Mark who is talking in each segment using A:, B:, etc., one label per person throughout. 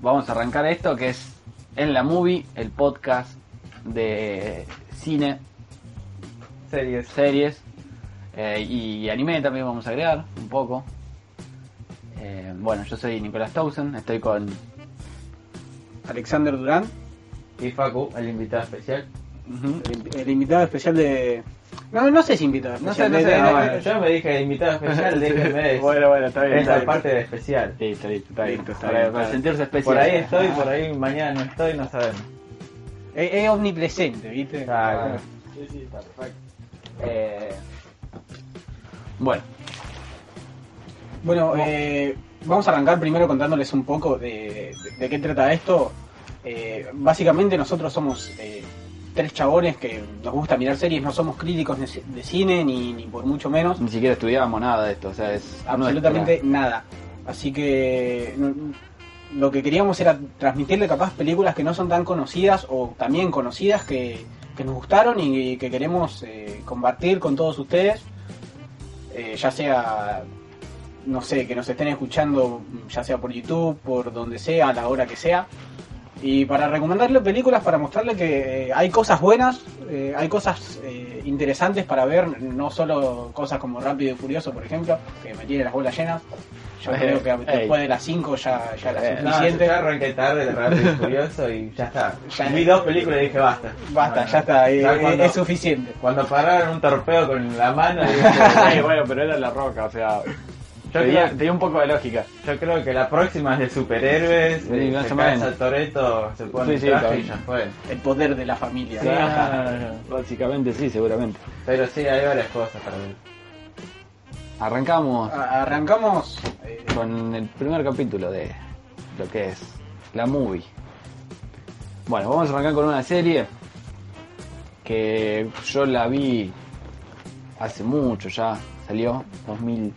A: vamos a arrancar esto que es En la Movie, el podcast de cine,
B: Series.
A: series eh, y anime también vamos a agregar un poco. Eh, bueno, yo soy Nicolás Towson, estoy con
B: Alexander Durán,
C: Y Facu, el invitado especial.
A: ujú,
B: el, el invitado especial de. No, no sé si invitado
C: No sé,
B: especial,
C: no
B: de- ah,
C: sé.
B: de-
C: no, bueno,
B: de-
C: yo me dije invitado especial, déjenme eso.
B: Bueno, bueno, está bien.
C: es
B: está
C: la
B: bien.
C: parte de especial.
A: Listo, listo, está bien.
B: Listo, está
A: para,
B: bien,
A: para
B: está bien.
A: sentirse especial.
C: Por ahí estoy, por ahí mañana no estoy, no sabemos.
B: Es, es omnipresente, ¿viste?
C: Ah,
A: Eh, bueno,
B: Bueno, eh, vamos a arrancar primero contándoles un poco de, de- de qué trata esto. Eh, básicamente nosotros somos eh, tres chabones que nos gusta mirar series, no somos críticos de, ci- de cine ni, ni por mucho menos,
A: ni siquiera estudiábamos nada de esto, o sea, es
B: absolutamente nada. Así que no- lo que queríamos era transmitirle capaz películas que no son tan conocidas o también conocidas que, que nos gustaron y que queremos eh, compartir con todos ustedes. Eh, ya sea, no sé, que nos estén escuchando, ya sea por YouTube, por donde sea, a la hora que sea. Y para recomendarle películas, para mostrarle que eh, hay cosas buenas, eh, hay cosas eh, interesantes para ver, no solo cosas como Rápido y Furioso, por ejemplo, que me tiene las bolas llenas. Yo
A: Eh,
B: creo que
A: ey.
B: después de las 5 ya, ya
A: Eh,
B: era
C: no, yo
B: suficiente.
C: ya arranqué tarde de rápido y curioso y ya está.
B: Ya-
C: Vi dos películas y dije basta.
B: Basta,
C: No, no.
B: ya está, eh,
C: Ya
B: eh,
C: cuando-
B: es suficiente.
C: Cuando pararon un torpeo con la mano, dije,
A: bueno, pero era la roca, o sea,
C: yo, creo,
A: un poco de lógica.
C: yo creo que la próxima es de superhéroes,
A: Sí,
C: eh,
A: más
C: se
A: o menos.
C: cansa el Toreto, se pone
A: Sí,
C: el
A: sí,
C: traje
A: está
C: y
A: bien.
C: ya fue.
B: El poder de la familia.
C: Sí.
A: Básicamente sí, seguramente.
C: Pero sí, hay varias cosas para ver.
A: Arrancamos
B: A- Arrancamos. eh,
A: con el primer capítulo de lo que es la movie. Bueno, vamos a arrancar con una serie que yo la vi hace mucho ya, salió 2000,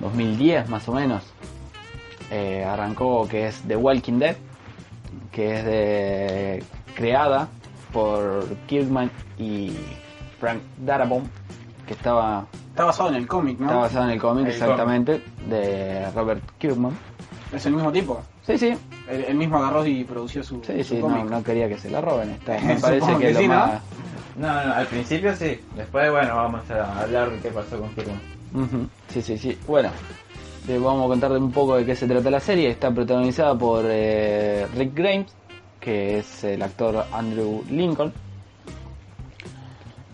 A: 2010 más o menos. Eh, arrancó que es The Walking Dead, que es de, creada por Kirkman y Frank Darabont, que estaba
B: está basado en el cómic, ¿no?
A: Está basado en el cómic,
C: El
A: exactamente, de Robert Kirkman.
B: Es el mismo tipo.
A: Sí, sí,
B: El, el mismo agarró y produció su,
A: sí,
B: su
A: sí, no,
B: cómic.
A: no quería que se la roben. Está, me
B: Supongo
A: parece que,
B: que
A: lo
B: sí, ¿no?
A: más...
C: No, no, al principio sí. Después, bueno, vamos a hablar de qué pasó con Firmo.
A: Ujú, Sí, sí, sí. Bueno, te vamos a contar un poco de qué se trata la serie. Está protagonizada por eh, Rick Grimes, que es el actor Andrew Lincoln.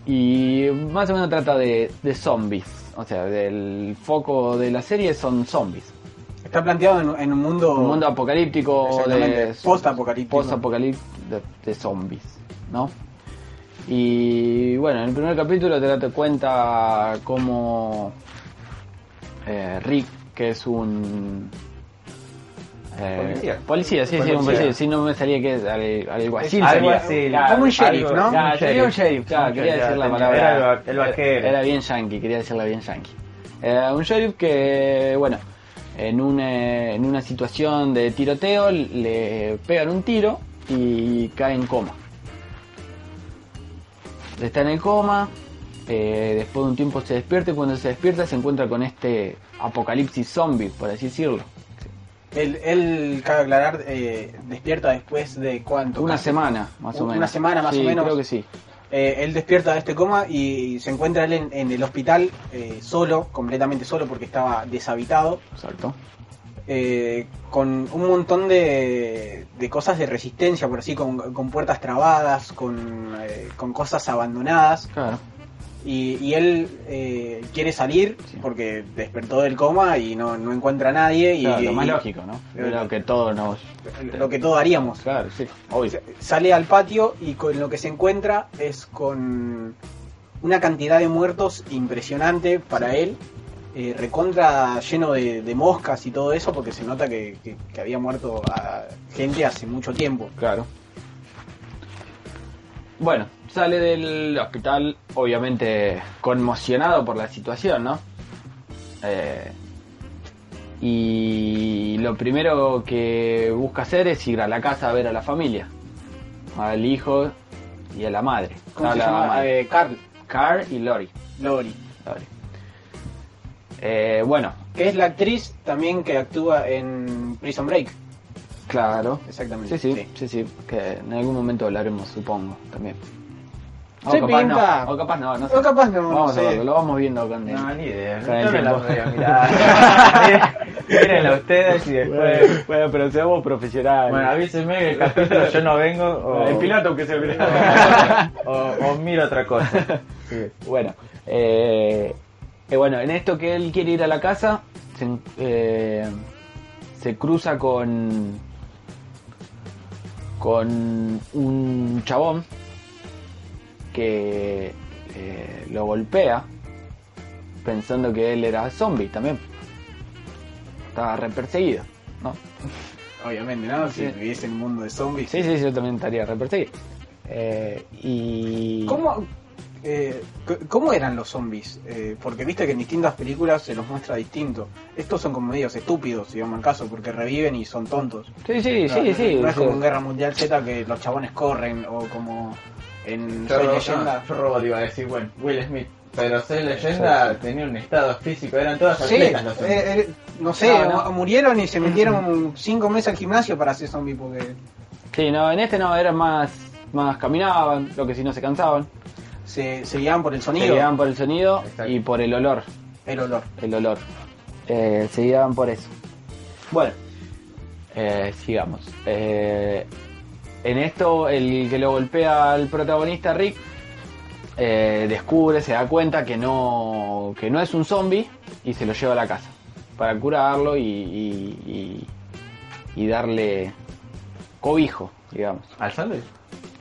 A: Y más o menos trata de, de zombies. O sea, del foco de la serie son zombies.
B: Está planteado en, en un mundo.
A: un mundo apocalíptico de
B: Exactamente, post-apocalíptico.
A: post-apocalíptico de, de zombies no y bueno en el primer capítulo te das cuenta cómo eh, Rick que es un eh,
C: Policía.
A: policía sí sí
C: Policía.
A: un policía si no me salía que es al- alguacil
C: Algo
A: Pues sería.
C: así,
A: Claro,
B: como un sheriff,
C: algo-
B: ¿no?
A: Claro,
C: un
A: sería un
C: sheriff.
A: sheriff, claro,
C: Un
A: quería
C: sheriff,
A: decir la
C: tenía-
A: palabra.
C: Era el, va- el vaquero.
A: Era bien yankee, quería decirla bien yankee. Eh, un sheriff que, bueno, en una, en una situación de tiroteo le pegan un tiro y cae en coma. Está en el coma, eh, después de un tiempo se despierta y cuando se despierta se encuentra con este apocalipsis zombie, por así decirlo.
B: Él, él, cabe aclarar, eh, despierta después de cuánto.
A: Una
B: casi.
A: semana, más o
B: Una
A: menos.
B: semana, más o
A: Sí,
B: menos.
A: Creo que sí.
B: Eh, él despierta de este coma y, se encuentra él en, en el hospital eh, solo, completamente solo porque estaba deshabitado.
A: Exacto.
B: eh, con un montón de, de cosas de resistencia, por así, con, con puertas trabadas, con, eh, con cosas abandonadas.
A: Claro.
B: Y, y él eh, quiere salir
A: Sí.
B: porque despertó del coma y no, no encuentra a nadie. Y,
A: Claro, lo
B: y-
A: más lógico, ¿no? Lo que todos nos...
B: Lo que todos haríamos.
A: Claro, sí, obvio.
B: Sale al patio y con lo que se encuentra es con una cantidad de muertos impresionante para él. eh, recontra lleno de, de moscas y todo eso, porque se nota que, que- que había muerto a gente hace mucho tiempo.
A: Claro. Bueno, sale del hospital, obviamente conmocionado por la situación, ¿no? Eh, y lo primero que busca hacer es ir a la casa a ver a la familia, al hijo y a la madre.
B: ¿Cómo
A: A
B: se
A: la
B: llama?
A: madre.
B: Eh, Carl
A: Carl y Lori.
B: Lowry,
A: Lori. Eh, bueno,
B: que es la actriz también que actúa en Prison Break.
A: claro.
B: Exactamente.
A: Sí, sí, sí, sí, que en algún momento hablaremos, supongo, también. O
B: Se
A: capaz
B: pinta.
A: no, o capaz no, no sé.
B: O capaz no, no
A: Vamos a
B: sé.
A: verlo, lo vamos viendo con el-
C: No, ni idea.
A: Con el
C: Yo me la
A: tiempo.
C: voy a mirar. Mírenla ustedes y después.
A: bueno, pero seamos profesionales.
C: Bueno, avísenme que el capítulo yo no vengo. O,
A: que se
C: O, o miro otra cosa. Sí.
A: Bueno, eh, eh, bueno, en esto que él quiere ir a la casa, se, en- eh, se cruza con con un chabón que eh, lo golpea pensando que él era zombie también. Estaba reperseguido, ¿no?
B: Obviamente, ¿no? Si
A: Sí.
B: viviese en un mundo de zombies.
A: Sí, sí, yo también estaría reperseguido. Eh, y...
B: ¿Cómo, eh, c- ¿Cómo eran los zombies? Eh, porque viste que en distintas películas se los muestra distinto. Estos son como medios estúpidos, si vamos al caso, porque reviven y son tontos.
A: Sí, sí,
B: No,
A: sí,
B: no-
A: sí.
B: Ah, No es
A: sí.
B: como en Guerra Mundial Z que los chabones corren o como en
C: Yo,
B: Soy
C: robot,
B: Leyenda.
C: no, yo robot iba a decir, bueno, Will Smith. Pero soy leyenda, tenía un estado físico, eran todas
B: Sí,
C: atletas los hombres.
B: eh, eh, no sé,
A: No, no.
B: mu- murieron y se metieron cinco meses al gimnasio para hacer zombie porque...
A: Sí, no, en este no, eran más, más caminaban, lo que si no se cansaban.
B: Se, se guiaban por el
A: Se
B: sonido,
A: guiaban por el sonido
C: Exacto.
A: y por el olor,
B: el olor.
A: el olor. Eh, se guiaban por eso. Bueno, eh, sigamos. Eh, en esto, el que lo golpea al protagonista, Rick, eh, descubre, se da cuenta que no, que no es un zombie y se lo lleva a la casa para curarlo y, y- y- y darle cobijo, digamos.
C: ¿Al zombie?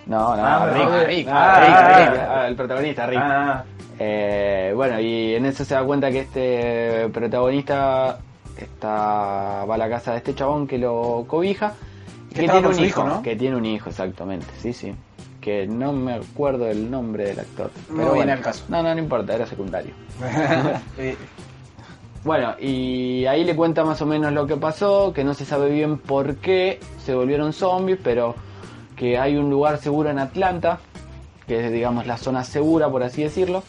A: No, no,
C: Ah,
A: Rick,
C: no,
A: Rick,
C: Rick.
A: Rick,
C: Ah,
A: Rick,
C: Rick.
A: Rick, ah, el protagonista Rick.
C: Ah,
A: Eh, bueno, y en eso se da cuenta que este protagonista está va a la casa de este chabón que lo cobija,
B: Que
A: que
B: estaba
A: tiene
B: con
A: un
B: su
A: hijo,
B: hijo, ¿no?
A: que tiene un hijo, exactamente, sí, sí, que no me acuerdo el nombre del actor, pero
B: No viene
A: bueno,
B: al caso.
A: no, no, no importa, era secundario.
B: Eh,
A: Bueno, y ahí le cuenta más o menos lo que pasó, que no se sabe bien por qué se volvieron zombies, pero que hay un lugar seguro en Atlanta, que es digamos la zona segura, por así decirlo.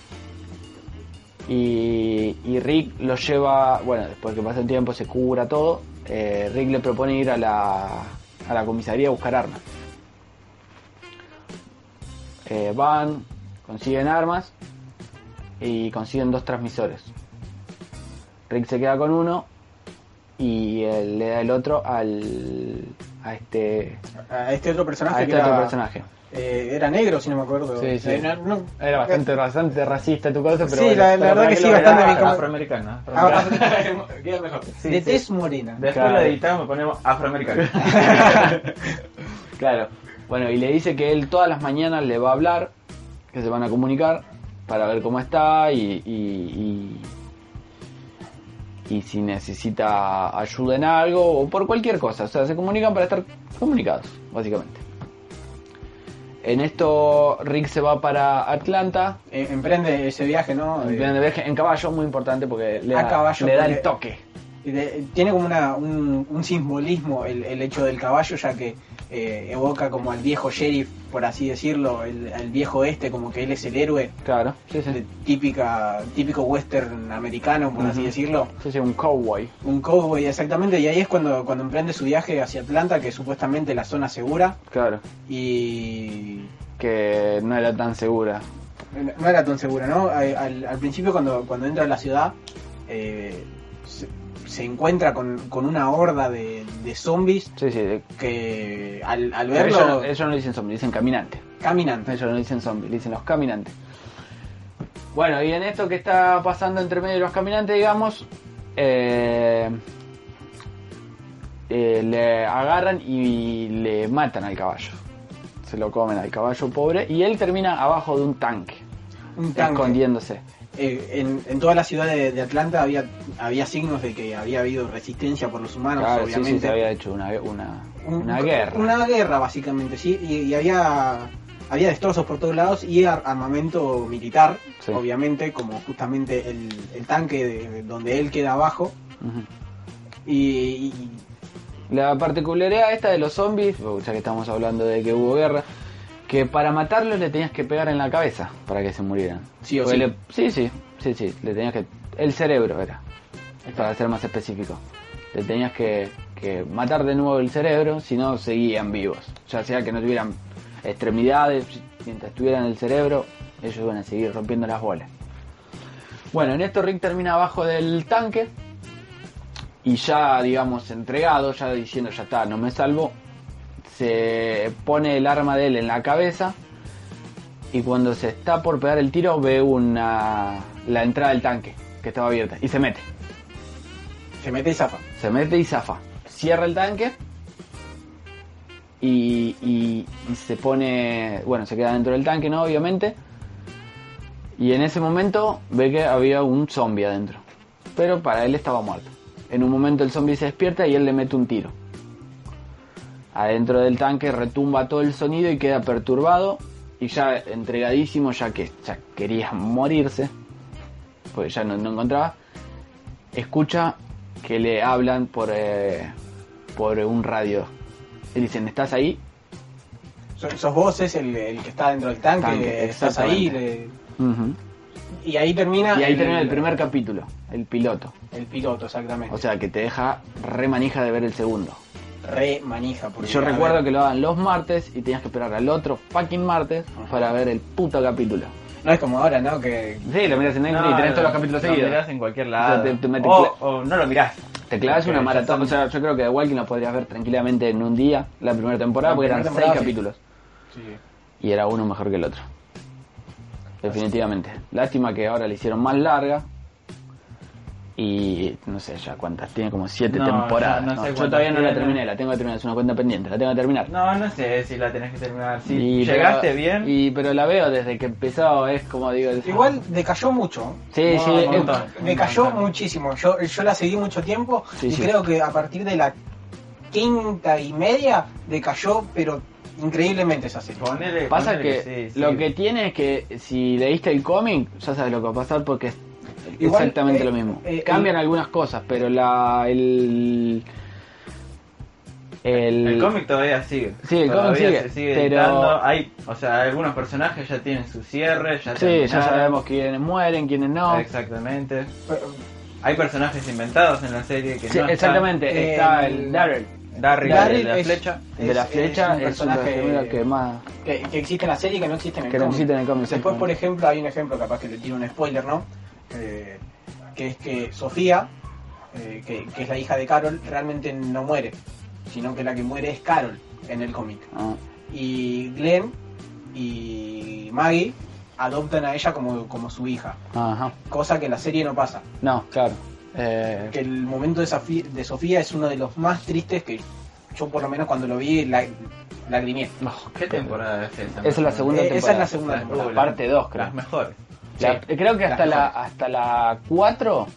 A: Y, y Rick lo lleva, bueno, después que pasa el tiempo se cura todo, eh, Rick le propone ir a la, a la comisaría a buscar armas. Eh, van, consiguen armas y consiguen dos transmisores. Rick se queda con uno y él le da el otro al a este
B: a este otro personaje
A: a
B: que
A: este
B: era,
A: otro personaje.
B: eh, era negro, si no me acuerdo.
A: Sí, sí.
B: Eh, no- no-
A: Era bastante bastante racista tu cosa, pero
B: Sí,
A: bueno.
B: la- la
A: Pero
B: verdad
A: para
B: que sí,
A: lo
C: era
B: bastante bien
A: vea-
B: como-
C: afroamericana.
B: Ah,
C: afroamericana.
B: ah, queda mejor.
C: Sí,
B: de
C: sí.
B: tez morena.
C: Después
A: Claro.
C: lo editamos y ponemos afroamericana.
A: Claro. Bueno, y le dice que él todas las mañanas le va a hablar, que se van a comunicar para ver cómo está y y, y- y si necesita ayuda en algo o por cualquier cosa. O sea, se comunican para estar comunicados, básicamente. En esto Rick se va para Atlanta,
B: Eh, emprende ese viaje, ¿no?
A: en
B: Eh,
A: plan de viaje, en caballo, muy importante porque le
B: A
A: da,
B: caballo,
A: le da
B: porque-
A: el toque.
B: y de- tiene como una, un, un simbolismo el, el hecho del caballo, ya que eh, evoca como al viejo sheriff, por así decirlo, el, al viejo este, como que él es el héroe,
A: Claro, sí,
B: de
A: sí.
B: típica, típico western americano, por así
A: Ujú.
B: decirlo.
A: Sí, sí, un cowboy.
B: Un cowboy, exactamente, y ahí es cuando, cuando emprende su viaje hacia Atlanta, que es supuestamente la zona segura,
A: Claro.
B: y
A: Que no era tan segura.
B: No era tan segura, ¿no? Al, al- al principio cuando, cuando entra a la ciudad eh, se, se encuentra con, con una horda de, de zombies
A: Sí, sí, de-
B: que al, al
A: Pero ellos,
B: verlo
A: ellos no dicen zombies, dicen caminante.
B: caminan.
A: Ellos no dicen zombies, dicen los caminantes. Bueno, y en esto que está pasando entre medio de los caminantes, digamos, eh, eh, le agarran y le matan al caballo. Se lo comen al caballo pobre y él termina abajo de un tanque,
B: Un tanque.
A: escondiéndose.
B: eh, en, en toda la ciudad de, de Atlanta había, había signos de que había habido resistencia por los humanos,
A: Claro, Ah, sí,
B: pues, obviamente.
A: sí, se había hecho una, una,
B: Un-
A: una guerra.
B: Una guerra, básicamente, sí. Y, y había, había destrozos por todos lados y ar- armamento militar,
A: Sí.
B: obviamente, como justamente el, el tanque de- de donde él queda abajo.
A: Ujú.
B: Y, y-
A: La particularidad esta de los zombies, pues, ya que estamos hablando de que hubo guerra, que para matarlos le tenías que pegar en la cabeza para que se murieran.
B: Sí o
A: Porque
B: sí.
A: le- sí, sí, sí, sí, le tenías que... El cerebro era, para ser más específico. Le tenías que, que matar de nuevo el cerebro, si no seguían vivos. Ya sea que no tuvieran extremidades, mientras tuvieran el cerebro, ellos iban a seguir rompiendo las bolas. Bueno, en esto Rick termina abajo del tanque y ya, digamos, entregado, ya diciendo, ya está, no me salvo, se pone el arma de él en la cabeza y cuando se está por pegar el tiro ve una la entrada del tanque que estaba abierta y se mete,
B: se mete y zafa.
A: se mete y zafa, cierra el tanque y, y- y se pone, bueno, se queda dentro del tanque, ¿no? Obviamente. Y en ese momento ve que había un zombie adentro, pero para él estaba muerto. En un momento el zombie se despierta y él le mete un tiro. Adentro del tanque retumba todo el sonido y queda perturbado y ya entregadísimo ya que ya quería morirse, pues ya no, no encontraba, escucha que le hablan por, eh, por un radio. Y dicen, ¿estás ahí?
B: So- Sos vos, es el, el que está dentro del tanque,
A: Tanque,
B: estás ahí.
A: exactamente.
B: le- y ahí termina.
A: Y ahí termina el primer capítulo, el piloto.
B: El piloto, exactamente.
A: O sea que te deja re manija de ver el segundo.
B: re manija. Porque,
A: Yo
B: a
A: recuerdo
B: ver,
A: que lo daban los martes y tenías que esperar al otro fucking martes
B: Ajá.
A: para ver el puto capítulo.
B: No es como ahora, ¿no? Que
A: Sí, lo miras en Netflix y tenés todos los capítulos
C: lo
A: seguidos.
C: mirás en cualquier lado.
A: O sea, te- te metes-
C: o, o no lo mirás.
A: Te clavas una
C: Porque
A: maratón. O
C: ya
A: sea,
C: son-
A: yo creo que The Walking lo podrías ver tranquilamente en un día, la primera temporada,
B: La
A: porque eran
B: primera
A: seis
B: temporada, sí.
A: capítulos.
B: sí.
A: Y era uno mejor que el otro. Definitivamente. Lástima que ahora le hicieron más larga. Y no sé ya cuántas. Tiene como siete
C: No,
A: temporadas.
C: ya no
A: ¿no?
C: sé
A: Yo
C: cuántas
A: todavía no la
C: tiene.
A: terminé, la tengo que terminar. Es una cuenta pendiente, la tengo que terminar.
C: No, no sé si la tenés que terminar. Si
A: Y-
C: llegaste
A: pero-
C: bien.
A: Y, pero la veo desde que empezó, es como digo. es-
B: Igual decayó mucho.
A: Sí,
C: No,
A: sí,
C: un
A: es-
C: montón.
B: Me cayó muchísimo. Yo, yo la seguí mucho tiempo
A: Sí,
B: y
A: sí.
B: creo que a partir de la quinta y media decayó, pero increíblemente esa serie.
C: Ponele,
A: Pasa que,
C: ponele sí, sí.
A: lo que tiene es que si leíste el cómic, ya sabes lo que va a pasar porque es
B: Igual,
A: exactamente
B: eh,
A: lo mismo.
B: eh,
A: Cambian
B: el-
A: algunas cosas, pero la. El. El,
C: El cómic todavía sigue.
A: Sí, el cómic
C: Todavía
A: sigue,
C: se sigue
A: pero-
C: editando. Hay, o sea, algunos personajes ya tienen su cierre. Ya
A: Sí, ya
C: terminaron.
A: sabemos quiénes mueren, quiénes no.
C: Exactamente.
B: Pero-
C: Hay personajes inventados en la serie que
A: Sí,
C: no están.
A: exactamente,
B: están-
A: está
B: el-
A: el Daryl.
C: Darryl,
B: Darryl
C: de la
B: es-
C: flecha.
A: El de la
B: es-
A: flecha
B: es un
A: es un personaje
B: personaje
A: que más.
B: que, que existe en la serie y que no existe en el
A: Que no
B: cómic.
A: existe en el cómic,
B: Después, por
A: exactamente.
B: ejemplo, hay un ejemplo, capaz que le tiro un spoiler, ¿no? Eh, que es que Sofía, eh, que, que es la hija de Carol, realmente no muere, sino que la que muere es Carol en el cómic.
A: ah,
B: Y Glenn y Maggie adoptan a ella como, como su hija,
A: Ah, Ajá.
B: cosa que en la serie no pasa.
A: No, claro. Eh,
B: que el momento de, Safi- de Sofía es uno de los más tristes que yo por lo menos cuando lo vi la lagrimié.
A: oh,
C: ¿Qué temporada es esa?
A: Esa es la segunda
B: Eh,
A: temporada.
B: esa es la segunda
C: Las-
B: temporada.
C: uh,
A: Parte dos, creo.
C: Las mejores.
A: La-
B: Sí.
A: creo que hasta
B: Las
A: la, hasta la 4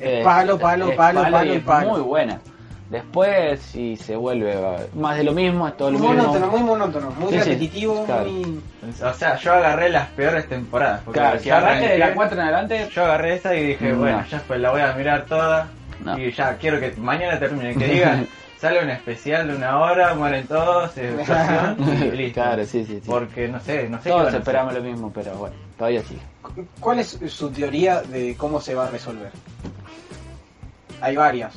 A: Eh,
B: Es palo, palo, palo, palo y palo.
A: Muy buena. Después si se vuelve eh, más de lo mismo, es todo lo mismo.
B: monótono, muy monótono, muy
A: Sí, sí,
B: repetitivo,
A: claro.
B: muy...
C: O sea, yo agarré las peores temporadas. porque
A: Claro, si hablaste de la
C: arranqué-
A: 4 en adelante,
C: Yo agarré esa y dije,
A: No.
C: bueno, ya pues la voy a mirar toda.
A: No.
C: Y ya quiero que mañana termine. Que digan, sale un especial de una hora, mueren todos, se explosión y listo.
A: Claro, sí, sí, sí.
C: Porque no sé, no sé. qué van a
A: todos
C: hacer.
A: esperamos lo mismo, pero bueno, todavía sí.
B: ¿Cuál es su teoría de cómo se va a resolver? Hay varias.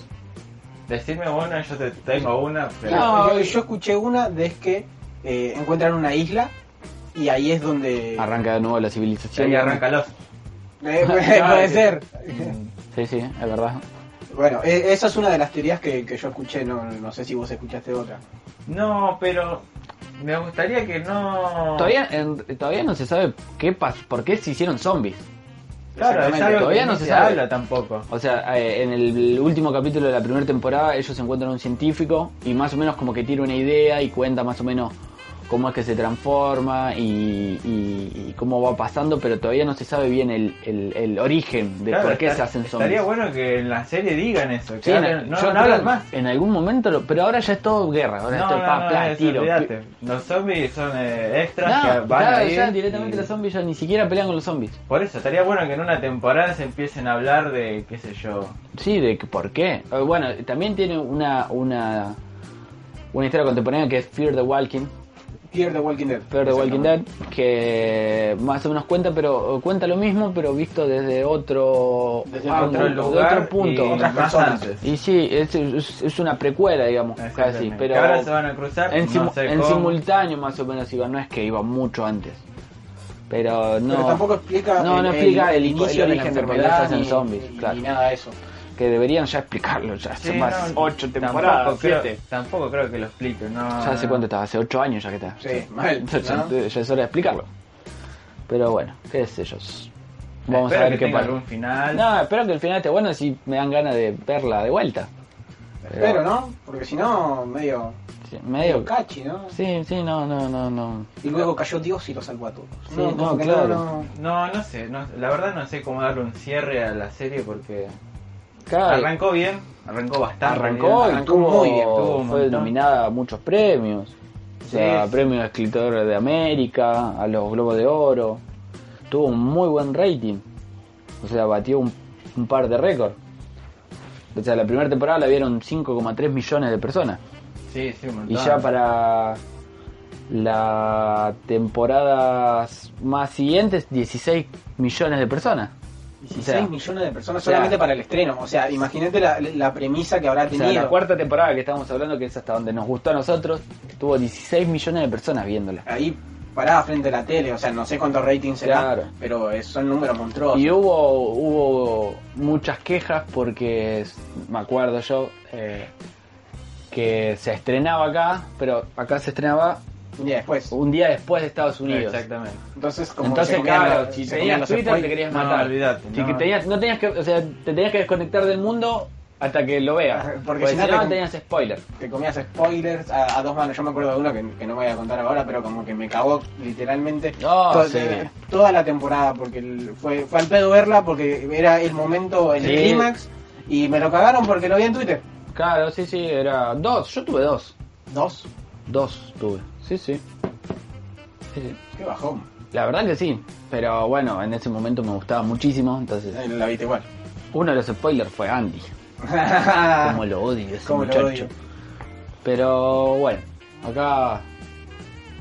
C: Decime una, yo te tengo una. Pero...
A: No,
B: yo,
A: eh.
B: yo escuché una de es que eh, encuentran una isla y ahí es donde...
A: Arranca de nuevo la civilización.
C: Y arranca los.
B: Eh, puede, puede ser.
A: Sí, sí, es verdad.
B: Bueno, e- esa es una de las teorías que, que yo escuché, no, no sé si vos escuchaste otra.
C: No, pero me gustaría que no.
A: Todavía, en- todavía no se sabe qué pas- por qué se hicieron zombies.
C: Claro, es
B: Exactamente,
C: algo
A: todavía
C: que
A: no
C: ni
A: se sabe.
C: habla tampoco.
A: O sea, eh, en el último capítulo de la primera temporada ellos encuentran a un científico y más o menos como que tira una idea y cuenta más o menos cómo es que se transforma y, y- y cómo va pasando, pero todavía no se sabe bien el, el- el origen de
C: Claro,
A: por qué
C: está-
A: se hacen zombies.
C: Estaría bueno que en la serie digan eso. Que
A: Sí, en-
C: hablen- no,
A: yo
C: no
A: creo
C: hablan
A: que
C: más.
A: En algún momento, lo- pero ahora ya es todo guerra, ahora es
C: No,
A: todo
C: no,
A: pa,
C: no,
A: pla,
C: eso,
A: tiro. pi-
C: olvídate. Los zombies son eh,
A: No,
C: extras que van
A: claro,
C: a ir
A: ya directamente
C: y-
A: los zombies ya ni siquiera pelean con los zombies.
C: Por eso, estaría bueno que en una temporada se empiecen a hablar de, qué sé yo,
A: Sí, de que por qué. Eh, Bueno, también tiene una, una, una historia contemporánea que es Fear the Walking,
B: Fear the Walking Dead.
A: Fear the Walking
B: Exactamente.
A: Dead, que más o menos cuenta, pero eh, cuenta lo mismo, pero visto desde otro,
B: Desde
A: ah,
C: otro
A: de
C: lugar
A: otro punto.
C: y
B: otras
C: más
B: personas.
C: antes.
A: Y sí, es, es- es una precuela, digamos, casi,
C: Exactamente.
A: pero
C: Que ahora se van a cruzar,
A: en,
C: no
A: simu-
C: sé
A: en
C: cómo.
A: simultáneo más o menos iba, no es que iba mucho antes, pero no.
B: Pero tampoco explica
A: no, no explica el, inicio, el origen de por qué se hacen
B: ni,
A: zombies,
B: ni-
A: claro.
B: ni nada de eso.
A: Que deberían ya explicarlo, ya hace
C: Sí,
A: más
C: no,
A: ocho
C: tampoco
A: temporadas,
C: creo-
A: siete.
C: Tampoco creo que lo expliquen, no.
A: Ya hace cuánto estaba, hace ocho años ya que está.
B: Sí, mal.
A: Ya,
B: ¿no?
A: ya es hora de explicarlo. Pero bueno, qué sé yo. Vamos
C: Espero
A: a ver
C: que
A: qué
C: tenga
A: pasa.
C: algún final.
A: No, espero que el final esté bueno si me dan ganas de verla de vuelta.
B: Espero, ¿no? Porque si no, medio,
A: Sí, medio.
B: medio cachi, ¿no?
A: Sí, sí, no, no, no, no.
B: Y luego cayó Dios y lo salvó a todos.
A: Sí,
B: No,
A: no,
B: como que
A: claro.
B: no-
C: No, no sé, no- la verdad no sé cómo darle un cierre a la serie porque
A: Claro,
C: arrancó bien, arrancó bastante.
A: arrancó,
C: bien.
A: y
B: arrancó
A: tuvo-
B: muy bien,
C: tuvo un
A: fue
C: montón.
A: nominada a muchos premios. O sea,
C: Sí.
A: premio de escritor de América, a los Globos de Oro. Tuvo un muy buen rating. O sea, batió un, un par de récords. O sea, la primera temporada la vieron 5,3 millones de personas.
C: Sí, sí, un montón.
A: Y ya para la temporada más siguiente, 16 millones de personas.
B: 16
A: O sea,
B: millones de personas
A: o sea,
B: solamente para el estreno. O sea, imagínate la, la premisa que habrá
A: O sea, la
B: tenido.
A: cuarta temporada que estamos hablando, que es hasta donde nos gustó a nosotros, tuvo 16 millones de personas viéndola.
B: Ahí parada frente a la tele. O sea, no sé cuántos ratings será,
A: Claro.
B: pero es- son números monstruosos.
A: Y hubo, hubo muchas quejas porque, me acuerdo yo, eh, que se estrenaba acá, pero acá se estrenaba
B: Un día después.
A: un día después de Estados Unidos.
C: Exactamente.
B: Entonces, como
A: Uh. Entonces,
B: que se comían
A: claro,
B: los-
A: si
B: se comían
A: tenías
B: los
A: Twitter te
B: spoilers.
A: querías
C: No,
A: matar.
C: olvídate,
A: Si
C: no.
A: que tenías, no tenías que, o sea, te tenías que desconectar del mundo hasta que lo veas.
B: Ajá,
A: Porque,
B: porque si no te-
A: tenías spoiler.
B: te comías spoilers a, a dos manos. Yo me acuerdo de uno que, que no voy a contar ahora, pero como que me cagó literalmente
A: Oh,
B: to-
A: sí.
B: eh, toda la temporada, porque el- fue, fue al pedo verla porque era el momento, el
A: Sí.
B: clímax, y me lo cagaron porque lo vi en Twitter.
A: Claro, sí, sí, era dos. Yo tuve dos.
B: Dos,
A: Dos tuve. Sí, sí. Sí, sí.
B: qué bajón.
A: La verdad que sí. Pero bueno, en ese momento me gustaba muchísimo. Entonces,
B: Eh, La viste igual.
A: uno de los spoilers fue Andy. Como lo odio ese
B: Ah, Cómo lo
A: muchacho.
B: odio.
A: Pero bueno, acá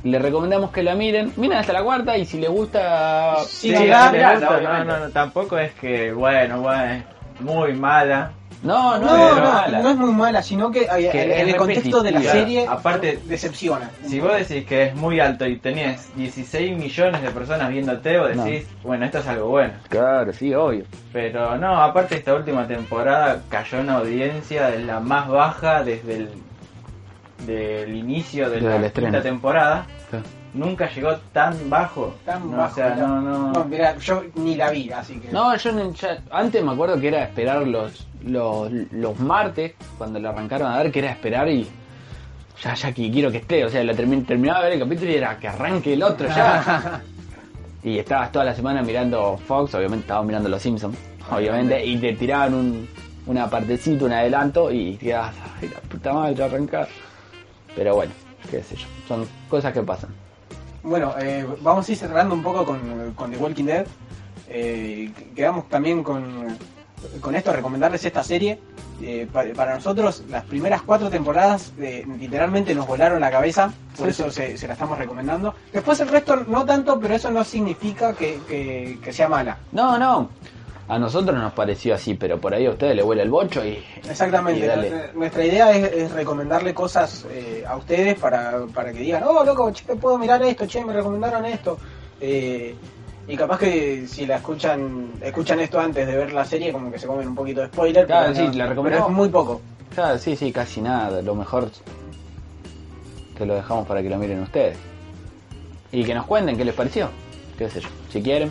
A: le recomendamos que la miren. Miren hasta la cuarta y si les gusta.
B: Sí,
C: Sí,
B: sí,
C: a mí me
B: mirá,
C: gusta, no,
A: obviamente.
C: no, no, tampoco es que, bueno, bueno, es muy mala.
A: No, no,
B: No,
A: no,
B: no,
A: es
B: no,
A: mala.
B: es muy mala, sino que, eh,
A: Que
B: en,
A: es
B: en el contexto de la
A: repetitiva.
B: serie,
C: Aparte-
B: decepciona.
C: Si vos decís que es muy alto y tenés 16 millones de personas viéndote, vos decís, bueno, esto es algo bueno.
A: Claro, sí, obvio.
C: Pero no, aparte esta última temporada cayó en audiencia de la más baja desde el del inicio de
A: Desde el
C: la
A: estreno.
C: quinta temporada. Nunca llegó tan bajo.
B: Tan
C: No,
B: bajo,
C: O sea,
B: mirá.
C: no, no.
B: No, mirá, yo ni la vi, así que.
A: No, yo no- ya- antes me acuerdo que era esperar los, los, los martes, cuando lo arrancaron a ver, que era esperar y ya, ya que quiero que esté. O sea, la termin- terminaba de ver el capítulo y era que arranque el otro ya. y estabas toda la semana mirando Fox, obviamente estabas mirando Los Simpsons, obviamente, y te tiraban un, una partecita, un adelanto y te quedabas, ay, la puta madre, ya arrancar. Pero bueno, qué sé yo, son cosas que pasan.
B: Bueno, eh, vamos a ir cerrando un poco con, con The Walking Dead. Eh, quedamos también con, con esto, recomendarles esta serie. Eh, pa- para nosotros, las primeras cuatro temporadas eh, literalmente nos volaron la cabeza, por
A: Sí,
B: eso se, se la estamos recomendando. Después el resto no tanto, pero eso no significa que, que- que sea mala.
A: No, no. A nosotros nos pareció así, pero por ahí a ustedes le huele el bocho y.
B: Exactamente,
A: y dale.
B: nuestra, nuestra idea es, es recomendarle cosas eh, a ustedes para, para que digan, oh loco, che, puedo mirar esto, che, me recomendaron esto. Eh, y capaz que si la escuchan, escuchan esto antes de ver la serie, como que se comen un poquito de spoiler,
A: Claro, sí,
B: no,
A: la recomendamos.
B: pero es muy poco.
A: Claro, sí, sí, casi nada. Lo mejor te lo dejamos para que lo miren ustedes. Y que nos cuenten qué les pareció. Qué sé yo. Si quieren.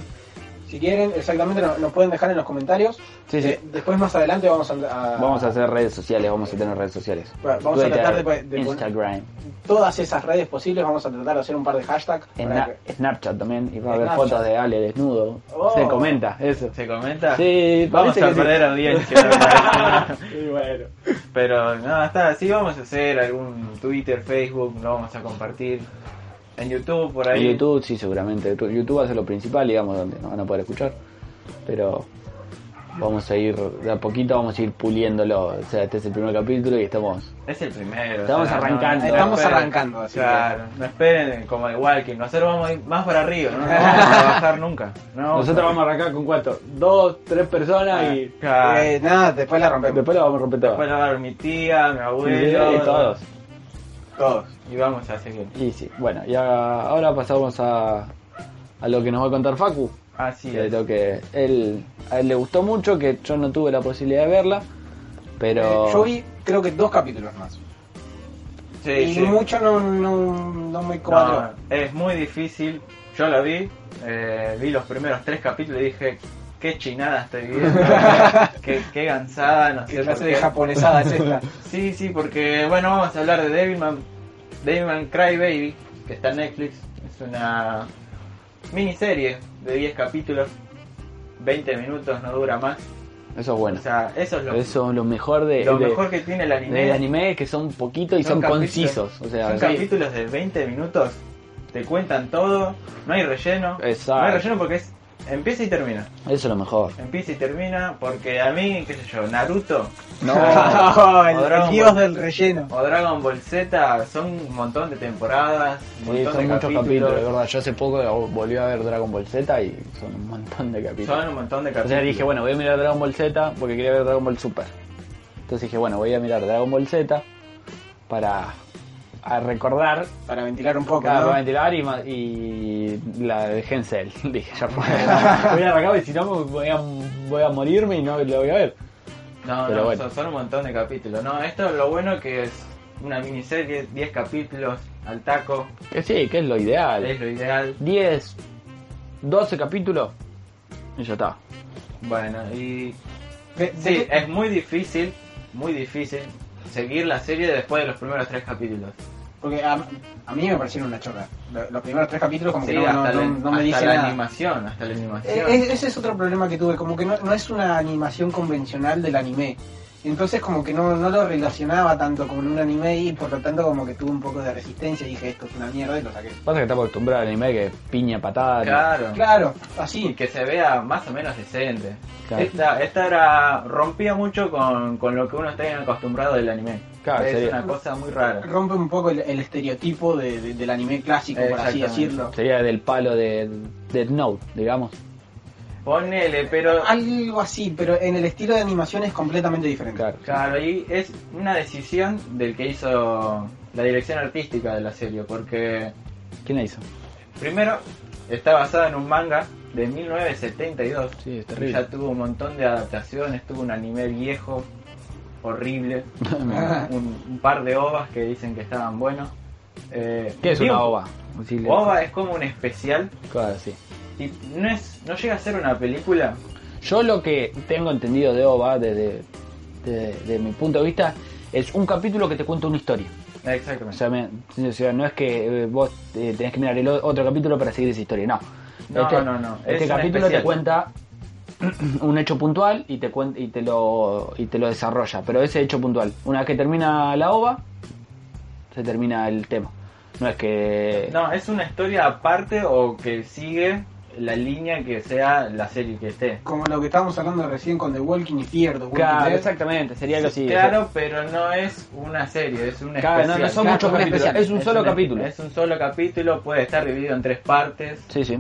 B: Si quieren, exactamente nos, nos pueden dejar en los comentarios.
A: Sí, sí.
B: Eh, después más adelante vamos a, a-
A: Vamos a hacer redes sociales, vamos a tener redes sociales.
B: Bueno, vamos a tratar de po- de poner-
A: Instagram,
B: todas esas redes posibles, vamos a tratar de hacer un par de hashtags.
A: en
B: para
A: na-
B: que-
A: Snapchat también, y va a haber
B: Snapchat.
A: fotos de Ale desnudo.
B: Oh. Ah.
A: Se comenta, eso.
C: ¿Se comenta?
A: Sí,
C: Vamos
A: parece
C: a
A: que sí.
C: perder audiencia.
B: Y bueno.
C: Pero no, está, sí vamos a hacer algún Twitter, Facebook, lo vamos a compartir. En YouTube, por ahí.
A: En YouTube, sí, seguramente. Tu- YouTube va a ser lo principal, digamos, donde nos van a poder escuchar. Pero vamos a ir, de a poquito vamos a ir puliéndolo. O sea, este es el primer capítulo y estamos.
C: Es el primero.
A: Estamos arrancando.
B: Estamos
C: esperen-
B: arrancando, así
C: claro, no esperen como igual que nosotros vamos a ir más para arriba, no nos vamos a bajar nunca. No,
A: Nosotros vamos a arrancar con cuatro, dos, tres personas y
C: Claro.
B: Eh, nada, después la rompemos.
A: Ah. después lo vamos a romper todo.
C: Después lo va a ver mi tía, mi
A: Sí,
C: abuelo.
A: todos.
B: Todos.
C: Y vamos a seguir.
A: Y sí, bueno, y a- ahora pasamos a, a lo que nos va a contar Facu.
C: Así
A: de
C: es.
A: lo que él, a él le gustó mucho, que yo no tuve la posibilidad de verla, pero...
B: Eh, yo vi, creo que dos capítulos más.
C: Sí,
B: y
C: sí.
B: mucho no, no, no me cuadró.
C: No, es muy difícil. Yo la vi, eh, vi los primeros tres capítulos y dije, qué chinada estoy viendo, qué, qué gansada, no
B: ¿Qué
C: sé.
B: clase
C: por
B: de
C: qué.
B: japonesada es esta?
C: Sí, sí, porque bueno, vamos a hablar de Devilman, Devilman Crybaby, que está en Netflix. Es una miniserie de 10 capítulos, 20 minutos, no dura más.
A: Eso es bueno.
C: O sea, eso es lo,
A: Eso es lo mejor de...
C: lo
A: de-
C: mejor que tiene el anime.
A: del anime es que son poquitos y son,
C: capítulos-
A: concisos. O sea,
C: son capítulos de 20 minutos, te cuentan todo, no hay relleno.
A: Exacto.
C: No hay relleno porque es empieza y termina.
A: eso es lo mejor.
C: Empieza y termina porque a mí, qué sé yo, Naruto
A: No,
B: el,
C: o Dragon
B: el dios
C: Ball.
B: del relleno.
C: o Dragon Ball Z son un montón de temporadas, un
A: sí,
C: montón
A: son
C: de
A: muchos capítulos, de verdad. Yo hace poco volví a ver Dragon Ball Z y son un montón de capítulos.
C: Son un montón de
A: O
C: capítulos.
A: sea, dije, bueno, voy a mirar Dragon Ball Z porque quería ver Dragon Ball Super. Entonces dije, bueno, voy a mirar Dragon Ball Z para a recordar,
B: Para ventilar un poco.
A: para
B: ¿no?
A: ventilar y, ma- y la de Hensel. Dije, ya fue. voy a arrancar y si no me voy a, voy a morirme y no lo voy a ver.
C: No,
A: Pero
C: no,
A: bueno.
C: son, son un montón de capítulos. No, esto es lo bueno que es una miniserie, 10 capítulos al taco,
A: Que Eh, sí, que es lo ideal.
C: es lo ideal.
A: 10, 12 capítulos y ya está.
C: Bueno, y
B: De- de-
C: Sí, es muy difícil, muy difícil seguir la serie después de los primeros tres capítulos.
B: Porque a, a mí me parecieron una chorra. Lo- Los primeros tres capítulos como
C: Sí,
B: que no, no-
C: hasta la,
B: no- no me
C: hasta
B: dice
C: la
B: nada.
C: animación, hasta la
B: Eh,
C: animación.
B: es- ese es otro problema que tuve, como que no, no es una animación convencional del anime. Entonces como que no, no lo relacionaba tanto con un anime y por lo tanto como que tuve un poco de resistencia y dije esto es una mierda y lo saqué.
A: Pasa que está acostumbrado al anime que es piña, patada.
C: claro.
B: Claro,
C: Y
B: así.
C: que se vea más o menos decente.
A: Claro.
C: Esta, esta era rompía mucho con, con lo que uno está acostumbrado del anime.
A: Claro,
C: es
A: sería-
C: una cosa muy rara.
B: Rompe un poco el, el estereotipo de- de- del anime clásico, por así
C: Exactamente.
B: decirlo.
A: Sería del palo de Death Note, digamos.
C: Ponele, pero
B: Algo así, pero en el estilo de animación es completamente diferente.
A: Claro.
C: Claro, y es una decisión del que hizo la dirección artística de la serie, porque
A: ¿Quién la hizo?
C: Primero, está basada en un manga de 1972.
A: Sí, es
C: que
A: terrible.
C: Ya tuvo un montón de adaptaciones, tuvo un anime viejo, horrible, un, un par de ovas que dicen que estaban buenos. Eh,
A: ¿Qué es
C: y
A: una
C: un-
A: ova? Sí, le-
C: Ova es como un especial,
A: Claro, sí.
C: y no, es, no llega a ser una película.
A: Yo lo que tengo entendido de ova, desde, desde- desde mi punto de vista, es un capítulo que te cuenta una historia. O
C: Ah, Exactamente.
A: sea, me- o sea, no es que eh, vos eh, tenés que mirar el o- otro capítulo para seguir esa historia, no.
C: No, no, no, es
A: Este
C: un
A: capítulo
C: especial.
A: te cuenta un hecho puntual y te cuen- y te lo y te lo desarrolla, pero ese hecho puntual, una vez que termina la ova, se termina el tema. No es que
C: no, es una historia aparte o que sigue la línea que sea la serie que esté.
B: Como lo que estábamos hablando recién con The Walking y Fear, The Walking
A: Claro,
B: Dead.
A: exactamente, sería algo así.
C: Claro, pero no es una serie, es un
A: Claro,
C: especial.
A: no, no son
C: Claro,
A: muchos
C: un
A: capítulos,
C: especial.
A: es un solo capítulo.
C: Es un solo capítulo, puede estar dividido en tres partes,
A: Sí, sí.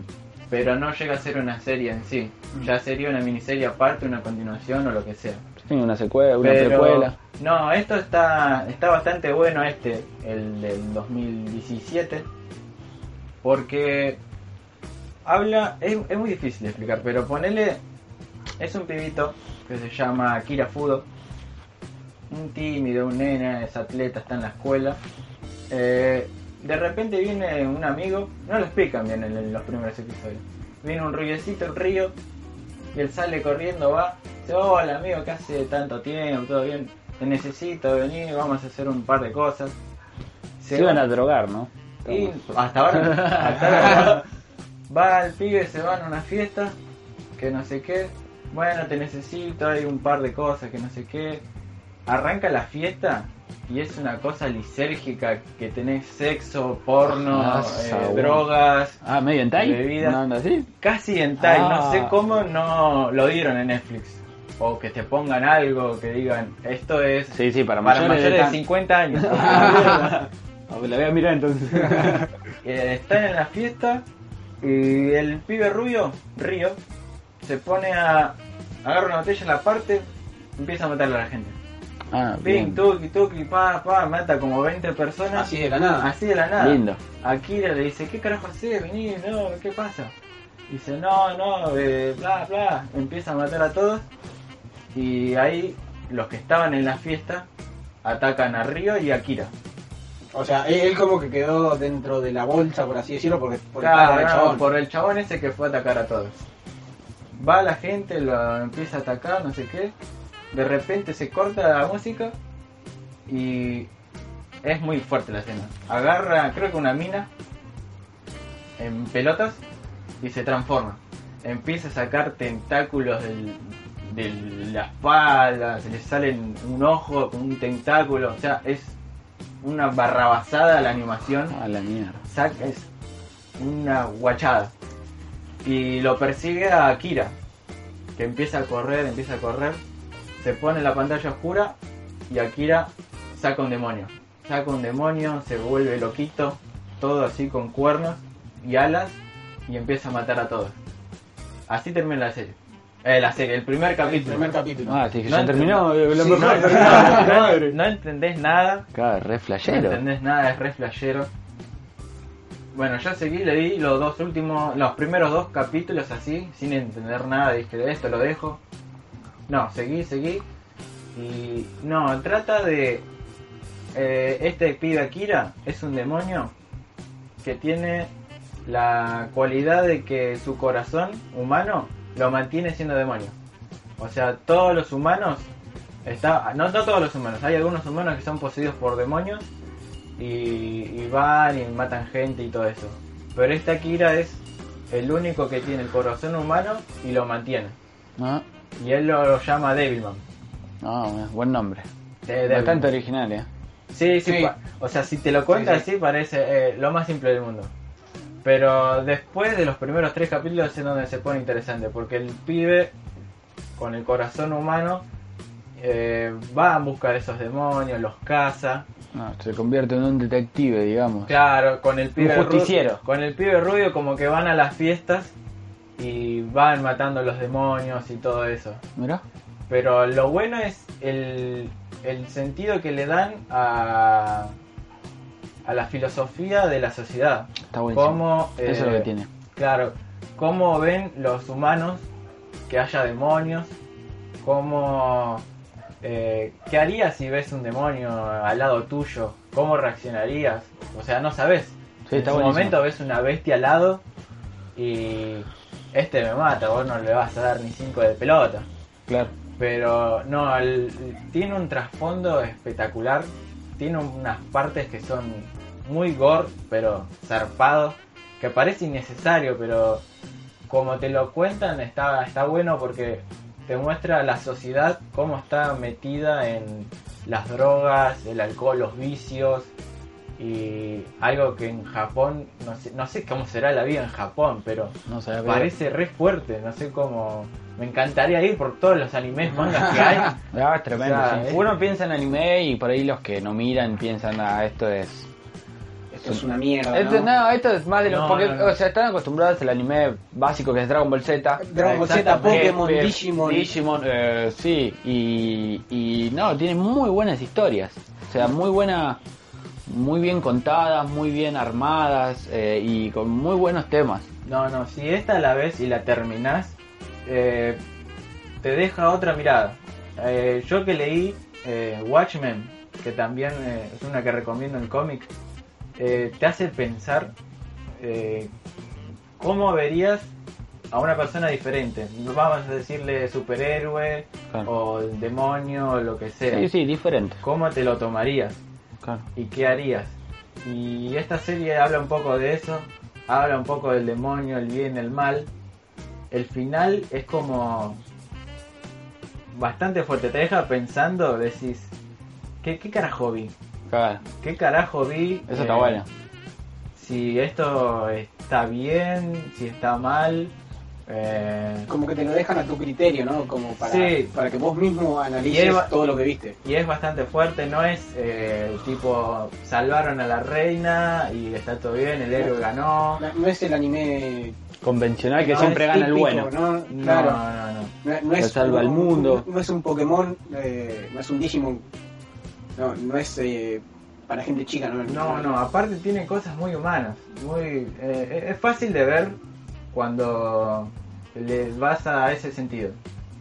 C: pero no llega a ser una serie en sí.
B: Mm.
C: Ya sería una miniserie aparte, una continuación o lo que sea.
A: Sí, una secuela, una
C: Pero-
A: precuela.
C: No, esto está, está bastante bueno este, el del 2017, porque habla, es, es muy difícil de explicar, pero ponele, es un pibito que se llama Akira Fudo, un tímido, un nene, es atleta, está en la escuela. Eh, de repente viene un amigo, no lo explican bien en, en los primeros episodios, viene un rubiecito el río, y él sale corriendo, va, dice, hola amigo, que hace tanto tiempo, todo bien, te necesito, vení, vamos a hacer un par de cosas.
A: Se,
C: van
A: iban a drogar, ¿no?
C: y
A: Toma.
C: hasta ahora, hasta ahora va, va el pibe, se van a una fiesta, que no sé qué, bueno, te necesito, hay un par de cosas, que no sé qué. Arranca la fiesta y es una cosa lisérgica que tenés sexo, porno,
A: Ah,
C: eh,
A: sabor.
C: drogas,
A: Ah, medio en tai.
C: Bebida.
A: ¿No anda así?
C: casi en tal,
A: Ah.
C: no sé cómo no lo dieron en Netflix. O que te pongan algo, que digan, esto es
A: Sí, sí, para,
C: para mayores,
A: mayores
C: de
A: tan-
C: 50 años.
A: Ah, La voy a mirar entonces.
C: Eh, están en la fiesta y el pibe rubio, Río, se pone a. agarra una botella en la parte, empieza a matarle a la gente.
A: ah,
C: Ping,
A: bien.
C: tuki, tuki, pa, pa, mata como 20 personas.
B: Así de la nada.
C: Así de la nada.
A: Lindo.
C: Akira le dice, ¿qué carajo haces? Vení, no, ¿qué pasa? Dice, no, no, eh, bla, bla. Empieza a matar a todos. Y ahí los que estaban en la fiesta atacan a Río y a Akira.
B: O sea, él, él como que quedó dentro de la bolsa, por así decirlo, porque por
C: Claro,
B: estar
C: no,
B: chabón.
C: por el chabón ese que fue a atacar a todos. Va la gente, lo empieza a atacar, no sé qué. De repente se corta la música y es muy fuerte la escena. Agarra, creo que una mina en pelotas y se transforma. Empieza a sacar tentáculos del- de la espalda, se le sale un ojo con un tentáculo. O sea, es una barrabasada la animación
A: A Ah, la mierda.
C: saca es una guachada. Y lo persigue a Akira, que empieza a correr, empieza a correr, se pone en la pantalla oscura y Akira saca un demonio. Saca un demonio, se vuelve loquito, todo así con cuernos y alas y empieza a matar a todos. Así termina la serie. Eh, la serie, el primer
B: El
C: capítulo.
B: primer capítulo.
A: Ah, sí, que
C: No
A: ya
C: entiendo.
A: terminó. eh, Lo
B: Sí,
A: mejor.
B: no,
C: No, no entendés nada,
A: Claro, re
C: no
A: flashero.
C: entendés nada, es re flashero. Bueno, yo seguí, leí los dos últimos, los primeros dos capítulos así, sin entender nada, dije, esto lo dejo. No, seguí, seguí. Y no, trata de... eh, este pibe Akira es un demonio que tiene la cualidad de que su corazón humano lo mantiene siendo demonio. O sea, todos los humanos, está, no, no todos los humanos, hay algunos humanos que son poseídos por demonios y, y van y matan gente y todo eso. Pero este Akira es el único que tiene el corazón humano y lo mantiene.
A: Ah,
C: Y él lo, lo llama Devilman.
A: no, buen nombre.
C: Eh, Devilman.
A: Bastante original, eh.
C: Sí, sí,
B: Sí.
C: pa- O sea, si te lo cuentas
B: Sí, sí.
C: así parece eh, lo más simple del mundo. Pero después de los primeros tres capítulos es donde se pone interesante, porque el pibe con el corazón humano eh, va en busca de esos demonios, los caza.
A: No, se convierte en un detective, digamos.
C: Claro, con el pibe ru-
A: justiciero.
C: con el pibe rubio como que van a las fiestas y van matando los demonios y todo eso.
A: Mirá.
C: Pero lo bueno es el, el sentido que le dan a, a la filosofía de la sociedad.
A: Está buenísimo.
C: Cómo, eh,
A: Eso es lo que tiene.
C: Claro, cómo ven los humanos que haya demonios, cómo... eh, ¿Qué harías si ves un demonio al lado tuyo? ¿Cómo reaccionarías? O sea, no sabes.
A: Sí,
C: en
A: está
C: un
A: buenísimo.
C: momento ves una bestia al lado y este me mata, vos no le vas a dar ni cinco de pelota.
A: Claro.
C: Pero no, el- tiene un trasfondo espectacular. Tiene unas partes que son muy gore, pero zarpado. Que parece innecesario, pero como te lo cuentan está, está bueno porque te muestra la sociedad cómo está metida en las drogas, el alcohol, los vicios. Y algo que en Japón, no sé, no sé cómo será la vida en Japón, pero
A: No sabía. pero-
C: Parece re fuerte, no sé cómo. Me encantaría ir por todos los animes, mangas que hay.
A: Ah, es tremendo.
C: O sea,
A: sí.
C: es-
A: Uno piensa en anime y por ahí los que no miran piensan, ah, esto es.
B: Esto es una mierda.
A: Esto-
B: ¿no?
A: no, esto es más de los.
C: No,
A: porque,
C: no, no.
A: o sea, están acostumbrados al anime básico que es Dragon Ball Z.
B: Dragon Ball Z,
A: Exactamente.
B: Pokémon,
A: Eh, eh,
B: Digimon.
A: Digimon, eh, sí. Y, y no, tiene muy buenas historias. O sea, muy buena. Muy bien contadas, muy bien armadas eh, y con muy buenos temas.
C: No, no, si esta la ves y la terminás, eh, te deja otra mirada. Eh, yo que leí eh, Watchmen, que también eh, es una que recomiendo en cómic, eh, te hace pensar eh, cómo verías a una persona diferente. Vamos a decirle superhéroe
A: Claro.
C: o el demonio o lo que sea.
A: Sí, sí, diferente.
C: ¿Cómo te lo tomarías?
A: Claro.
C: ¿Y qué harías? Y esta serie habla un poco de eso, habla un poco del demonio, el bien, el mal. El final es como bastante fuerte, te deja pensando, decís, ¿qué, qué carajo vi?
A: Claro.
C: ¿Qué carajo vi?
A: Eso está
C: Eh,
A: bueno.
C: Si esto está bien, si está mal. eh,
B: Como que te lo dejan a tu criterio, ¿no? Como para,
C: Sí.
B: para que vos mismo analices
C: Y Eva-
B: todo lo que viste.
C: y es bastante fuerte, no es eh, tipo salvaron a la reina y está todo bien, el héroe ganó.
B: No- No es el anime
A: Convencional que
B: no
A: siempre
B: es
A: gana el
B: típico,
A: bueno.
B: ¿no?
C: No,
B: Claro.
C: no, no.
B: No, no
A: Lo
B: es
A: salva
B: un-
A: el mundo.
B: No es un Pokémon, eh, no es un Digimon. No, no es eh, para gente chica, ¿no?
C: No, no, aparte tiene cosas muy humanas. Muy, eh, es fácil de ver cuando le vas a ese sentido.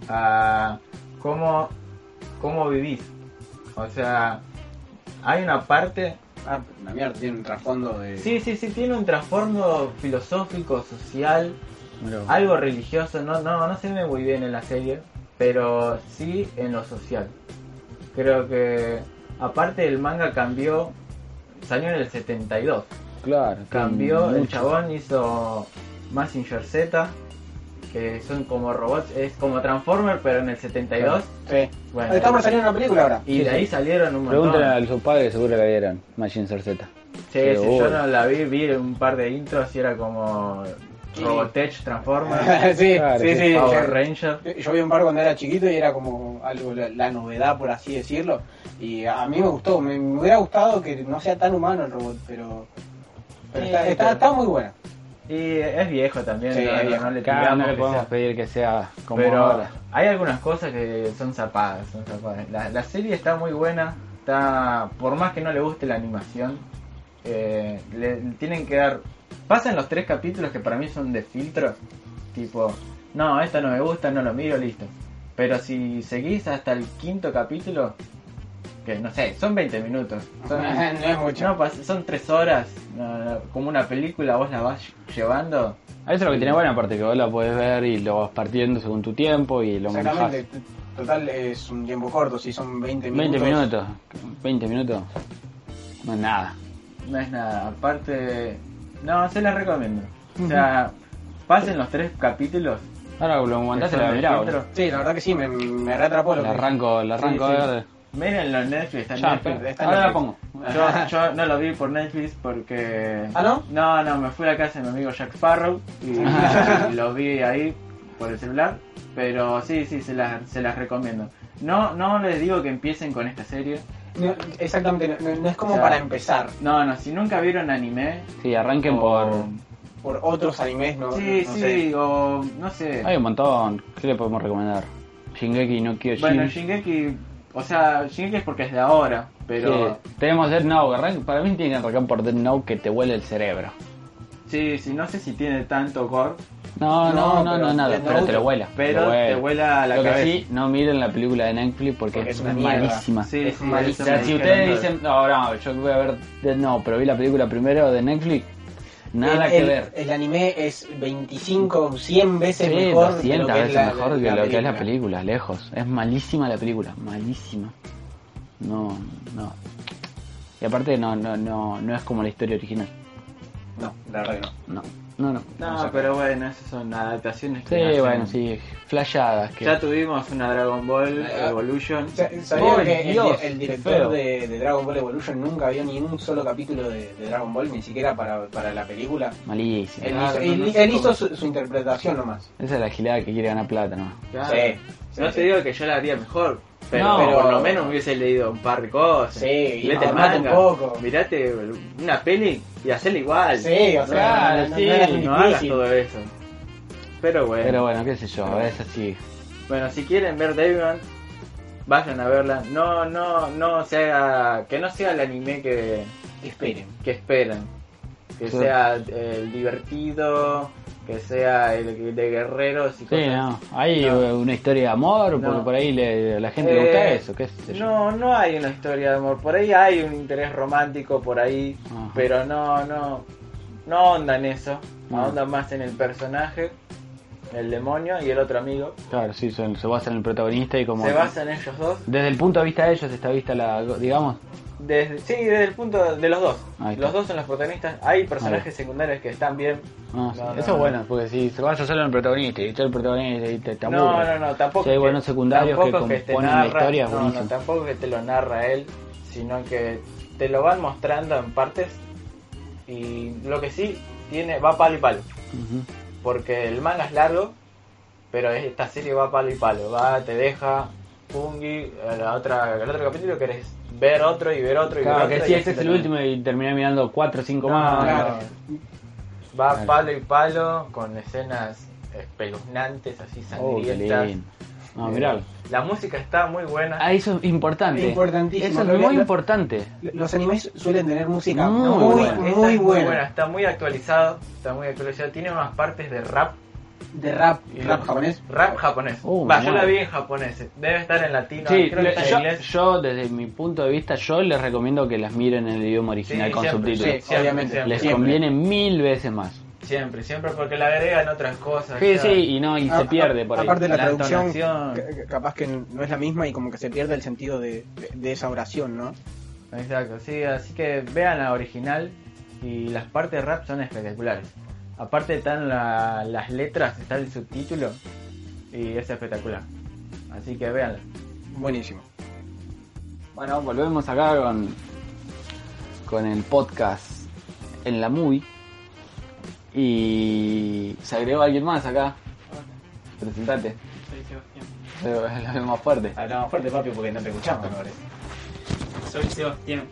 C: A cómo, cómo vivís. O sea, hay una parte...
B: Ah, una mierda, tiene un trasfondo de.
C: Sí, sí, sí, tiene un trasfondo filosófico, social,
A: Mirá vos.
C: algo religioso. No, no, no se ve muy bien en la serie, pero sí en lo social. Creo que aparte el manga cambió, salió en el 72.
A: Claro.
C: cambió, el
A: mucho.
C: chabón hizo Massinger Z, que son como robots, es como Transformer, pero en el 72.
B: Sí.
C: Bueno,
B: Estamos saliendo una película ahora.
C: y de ahí salieron un montón.
A: Pregúntale a sus padres, seguro la vieron. Machine Z.
C: Sí,
A: Qué
C: sí, yo
A: bueno.
C: no la vi, vi un par de intros y era como
B: Sí.
C: Robotech, Transformer,
B: sí,
A: Claro,
B: sí,
A: sí.
B: sí.
C: Power
B: Yo,
C: Ranger.
B: yo vi un par cuando era chiquito y era como algo la, la novedad, por así decirlo. Y a mí me gustó. Me, me hubiera gustado que no sea tan humano el robot, pero. Pero
C: Sí,
B: está, está-
C: pero-
B: está muy buena.
C: Y es viejo también,
B: Sí,
C: no,
B: es
C: no
B: viejo.
C: le
A: Claro,
C: tiramos
A: no le
C: que
A: podemos
C: sea-
A: pedir que sea como
C: Pero
A: ahora.
C: hay algunas cosas que son zapadas, son zapadas. La, la serie está muy buena, está por más que no le guste la animación, eh, le, le tienen que dar... Pasan los tres capítulos que para mí son de filtros, tipo, no, esto no me gusta, no lo miro, listo. Pero si seguís hasta el quinto capítulo, que no sé, son 20 minutos, son,
B: no es mucho.
C: no, pas- son tres horas, no, no, como una película vos la vas llevando.
A: Eso es lo que tiene buena parte, que vos la podés ver y lo vas partiendo según tu tiempo y lo manejás.
B: Exactamente. Total es un tiempo corto, si son 20
A: 20
B: minutos.
A: minutos. 20 minutos. No es nada.
C: No es nada, aparte... No, se las recomiendo. O sea, pasen los tres capítulos.
A: Ahora lo aguantás y la mirá, boludo.
B: Sí, la verdad que sí, me, me reatrapó lo
A: La
B: que-
A: arranco, la arranco
C: Sí, sí.
A: a ver.
C: Mírenlo en Netflix, está en
A: Ya,
C: Netflix.
A: pero-
B: está en
A: ahora la
B: Netflix.
A: pongo.
C: Yo, yo no lo vi por Netflix porque...
B: ¿Ah, no?
C: No, no, me fui a la casa de mi amigo Jack Sparrow y, y lo vi ahí por el celular. Pero sí, sí, se las, se las recomiendo. No, no les digo que empiecen con esta serie.
B: No, exactamente, no, no- no es como
C: O sea,
B: para empezar
C: No, no, si nunca vieron anime...
A: Sí, arranquen
C: o-
A: por.
B: por otros animes, no,
C: Sí,
B: no
C: sí,
B: sé.
C: o no sé.
A: Hay un montón. ¿Qué le podemos recomendar? Shingeki no Kyojin.
C: Bueno, Shingeki, o sea, Shingeki es porque es de ahora, pero
A: Sí, tenemos Dead Note. arran- Para mí tienen que arrancar por Dead Note que te huele el cerebro.
C: sí, sí, no sé si tiene tanto gore,
A: No,
B: No,
A: no, no, no,
B: pero
A: nada.
B: Death
A: Pero te
B: Note-
A: lo vuela.
C: pero te vuela la
A: Lo
C: cabeza.
A: que sí, no miren la película de Netflix porque,
B: Porque es
A: es
B: una mierda.
A: malísima.
C: Sí,
B: Es
C: sí,
B: malísimo.
A: O
C: eso me
A: sea, si
C: dijeron
A: ustedes
C: todos.
A: dicen, no, no, yo voy a ver Dead Note, pero vi la película primero de Netflix, nada
B: El-
A: que
B: el-
A: ver.
B: El anime es 25, 100 veces
A: Sí,
B: mejor. de lo
A: 200
B: que es
A: veces
B: la-
A: mejor que lo que es la película, lejos. Es malísima la película, malísima. No, no. Y aparte no, no, no, no es como la historia original.
B: No, la verdad que no.
A: No, no, no.
C: No, pero bueno, esas son adaptaciones que
A: Sí,
C: hacen.
A: bueno, sí, flashadas. Que...
C: Ya tuvimos una Dragon Ball Evolution.
B: Sa- ¿Sabía
A: ¡Ay,
B: que el-
A: Dios,
B: el,
A: qué
B: director
A: feo!
B: de, de Dragon Ball Evolution nunca vio ni un solo capítulo de, de Dragon Ball, ni siquiera para, para la película?
A: Malísima.
B: Él
C: Claro,
B: hizo,
C: no,
B: él-
C: no sé
B: él
C: cómo.
B: hizo su, su interpretación nomás.
A: Esa es la gilada que quiere ganar plata, ¿no?
C: Claro.
B: Sí,
C: no
B: sí, sí.
C: te digo que yo la haría mejor, pero,
A: No.
C: pero por lo menos me hubiese leído un par de cosas.
B: Sí, y
C: Leete el
B: formate un
C: manga,
B: poco.
C: mirate una peli y hacerla igual.
B: Sí, o sea,
A: Claro,
B: no, no-
A: sí,
B: no era tan
C: No hagas
B: difícil.
C: todo eso. Pero bueno.
A: Pero bueno, qué sé yo, a veces sí.
C: Bueno, si quieren ver Devilman, vayan a verla. No, no, no sea. Que no sea el anime que,
B: Esperen.
C: que esperan. Que
A: Sí.
C: sea eh, el divertido, que sea el de guerreros y
A: Sí,
C: cosas.
A: no. Hay
C: No.
A: eh, una historia de amor, porque
C: No.
A: por ahí le- a la gente le
C: Eh,
A: gusta eso, qué sé yo.
C: No, no hay una historia de amor. Por ahí hay un interés romántico por ahí,
A: Ajá.
C: pero no, no, no ahonda en eso.
A: No.
C: Ahonda más en el personaje el demonio y el otro amigo.
A: Claro, sí, son- se basa en el protagonista y como...
C: Se basan ellos dos.
A: Desde el punto de vista de ellos está vista la... digamos.
C: Desde, sí, desde el punto de los dos.
A: Ahí está.
C: Los dos son los protagonistas. Hay personajes secundarios que están bien.
A: No, Ah, sí,
C: No, no,
A: eso
C: no.
A: es bueno, porque si se basa solo en el protagonista y todo el protagonista y te, te
C: No,
A: aburre.
C: no, no, tampoco.
A: Si hay
C: que-
A: buenos secundarios que
C: tampoco te
A: componen la
C: narra-
A: historia, es
C: no,
A: buenísimo.
C: no, tampoco que te lo narra él, sino que te lo van mostrando en partes. Y lo que sí tiene va palo y palo.
A: Ujú.
C: Porque el manga es largo, pero esta serie va palo y palo. Va, te deja Pungi, a la otra, al otro capítulo querés ver otro y ver otro y ver
A: Claro,
C: otro.
A: que
C: y
A: si
C: así
A: este es
C: te
A: el
C: lo-
A: último y terminé mirando cuatro o cinco
C: No,
A: más.
C: claro. Va
A: Claro.
C: palo y palo con escenas espeluznantes, así
A: Oh, qué
C: sangrientas.
A: lindo. No, mirá.
C: La música está muy buena.
A: Ah, eso es importante.
B: Importantísimo.
A: Eso
B: Lo
A: es
B: que-
A: muy
B: lo-
A: importante.
B: Los animes suelen tener música
A: Muy
B: muy,
A: buena.
C: Esta es
B: muy buena.
C: Está muy actualizado. Está muy actualizado. Tiene unas partes de rap.
B: De rap,
C: y-
B: rap japonés.
C: Rap japonés.
A: Oh,
C: Va, yo
A: mirá.
C: la vi en japonés. Debe estar en latino.
A: Sí,
C: creo que
A: le-
C: está en
A: yo,
C: inglés.
A: yo, desde mi punto de vista, yo les recomiendo que las miren en el idioma
C: Sí,
A: original con
C: siempre,
A: subtítulos.
C: sí, siempre,
B: Obviamente.
C: siempre,
A: les
B: siempre.
A: conviene mil veces más.
C: Siempre, siempre, porque le agregan otras cosas.
A: Sí,
C: ya.
A: sí, y no, y
B: A-
A: se
C: Ah,
B: a-
A: pierde por ahí.
B: Aparte de la,
C: La
B: traducción,
C: entonación.
B: ca- ca- capaz que no es la misma y como que se pierde el sentido de, de- de esa oración, ¿no?
C: Exacto, sí, así que vean la original y las partes rap son espectaculares. Aparte están la- las letras, está el subtítulo y es espectacular. Así que véanla.
B: Buenísimo.
A: Bueno, volvemos acá con, con el podcast en la movie. Y se agregó alguien más acá. Presentate.
D: Soy Sebastián.
A: Lo lo más fuerte.
B: Hablamos fuerte, papi, porque no te escuchamos,
D: Soy Sebastián.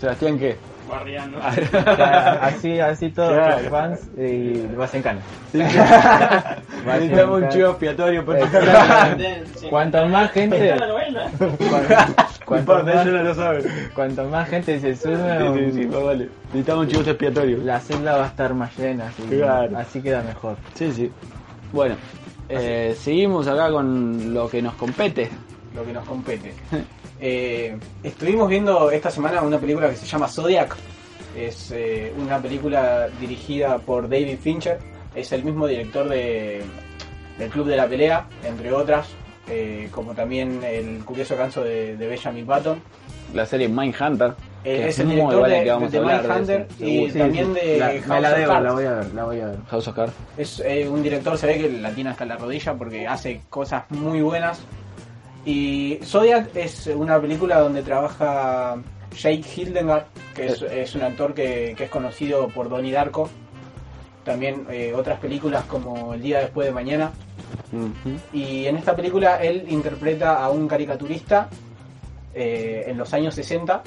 A: Sebastián, ¿qué?
D: Guardiano.
C: Ah, así, así todos
A: Claro.
C: los fans y vas en cana.
A: Necesitamos un chivo expiatorio. pues. por favor.
C: Cuanto más gente,
D: la novela.
C: cuanto más,
A: lo saben.
C: cuanto más gente se sume,
A: Sí, sí, sí, más vale. Necesitamos un chivo expiatorio.
C: la celda va a estar más llena, así,
A: Claro.
C: así queda mejor.
A: Sí, sí. Bueno,
C: Ah,
A: eh, seguimos acá con lo que nos compete.
B: Lo que nos compete. Eh, estuvimos viendo esta semana una película que se llama Zodiac. Es eh, una película dirigida por David Fincher. Es el mismo director de del Club de la Pelea, entre otras, eh, como también el curioso canso de, de Benjamin Button.
A: La serie Mindhunter.
B: Eh,
A: que
B: es el
A: muy
B: director
A: buena
B: de-
A: que vamos
B: de
A: a hablar
B: Mindhunter
A: eso,
B: y-
A: seguro.
C: Sí,
B: también
C: sí,
B: de
C: la-
B: House
C: me la
B: of
C: debo, la
B: Cards.
C: voy a ver, la voy a ver.
A: House of Cards.
B: Es eh, un director, se ve que la tiene hasta la rodilla porque hace cosas muy buenas. Y Zodiac es una película donde trabaja Jake Hildengard, que es, es un actor que, que es conocido por Donnie Darko. También eh, otras películas como El día después de mañana. Y en esta película él interpreta a un caricaturista eh, en los años 60.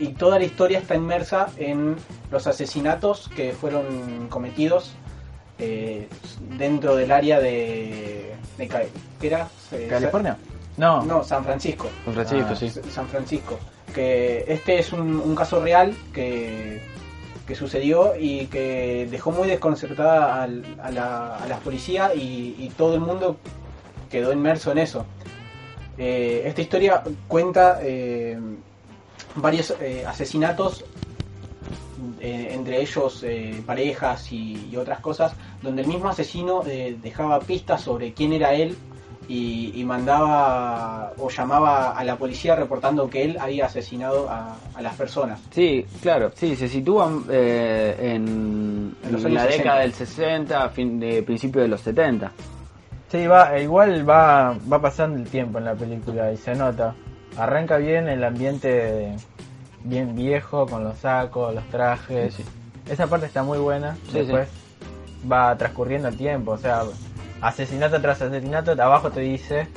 B: Y toda la historia está inmersa en los asesinatos que fueron cometidos eh, dentro del área de. de Ca- ¿qué era? Eh,
C: ¿California? No.
B: Sa- No, San Francisco.
A: Con Francisco,
C: Ah,
A: sí.
B: S- San Francisco. Que este es un, un caso real que, que sucedió y que dejó muy desconcertada al- a, la, a las policías y, y todo el mundo quedó inmerso en eso. Eh, esta historia cuenta eh, varios eh, asesinatos, eh, entre ellos eh, parejas y, y otras cosas, donde el mismo asesino eh, dejaba pistas sobre quién era él y, y mandaba o llamaba a la policía reportando que él había asesinado a, a las personas.
A: Sí, claro, sí, se sitúan eh, en,
B: En los
A: en la
B: años
A: década
B: 60.
A: del 60, fin de principio de los 70.
C: Sí, va, igual va, va pasando el tiempo en la película y se nota. Arranca bien el ambiente bien viejo, con los sacos, los trajes.
A: Sí, sí.
C: Esa parte está muy buena.
A: Sí,
C: Después va transcurriendo el tiempo, o sea, asesinato tras asesinato, abajo te dice,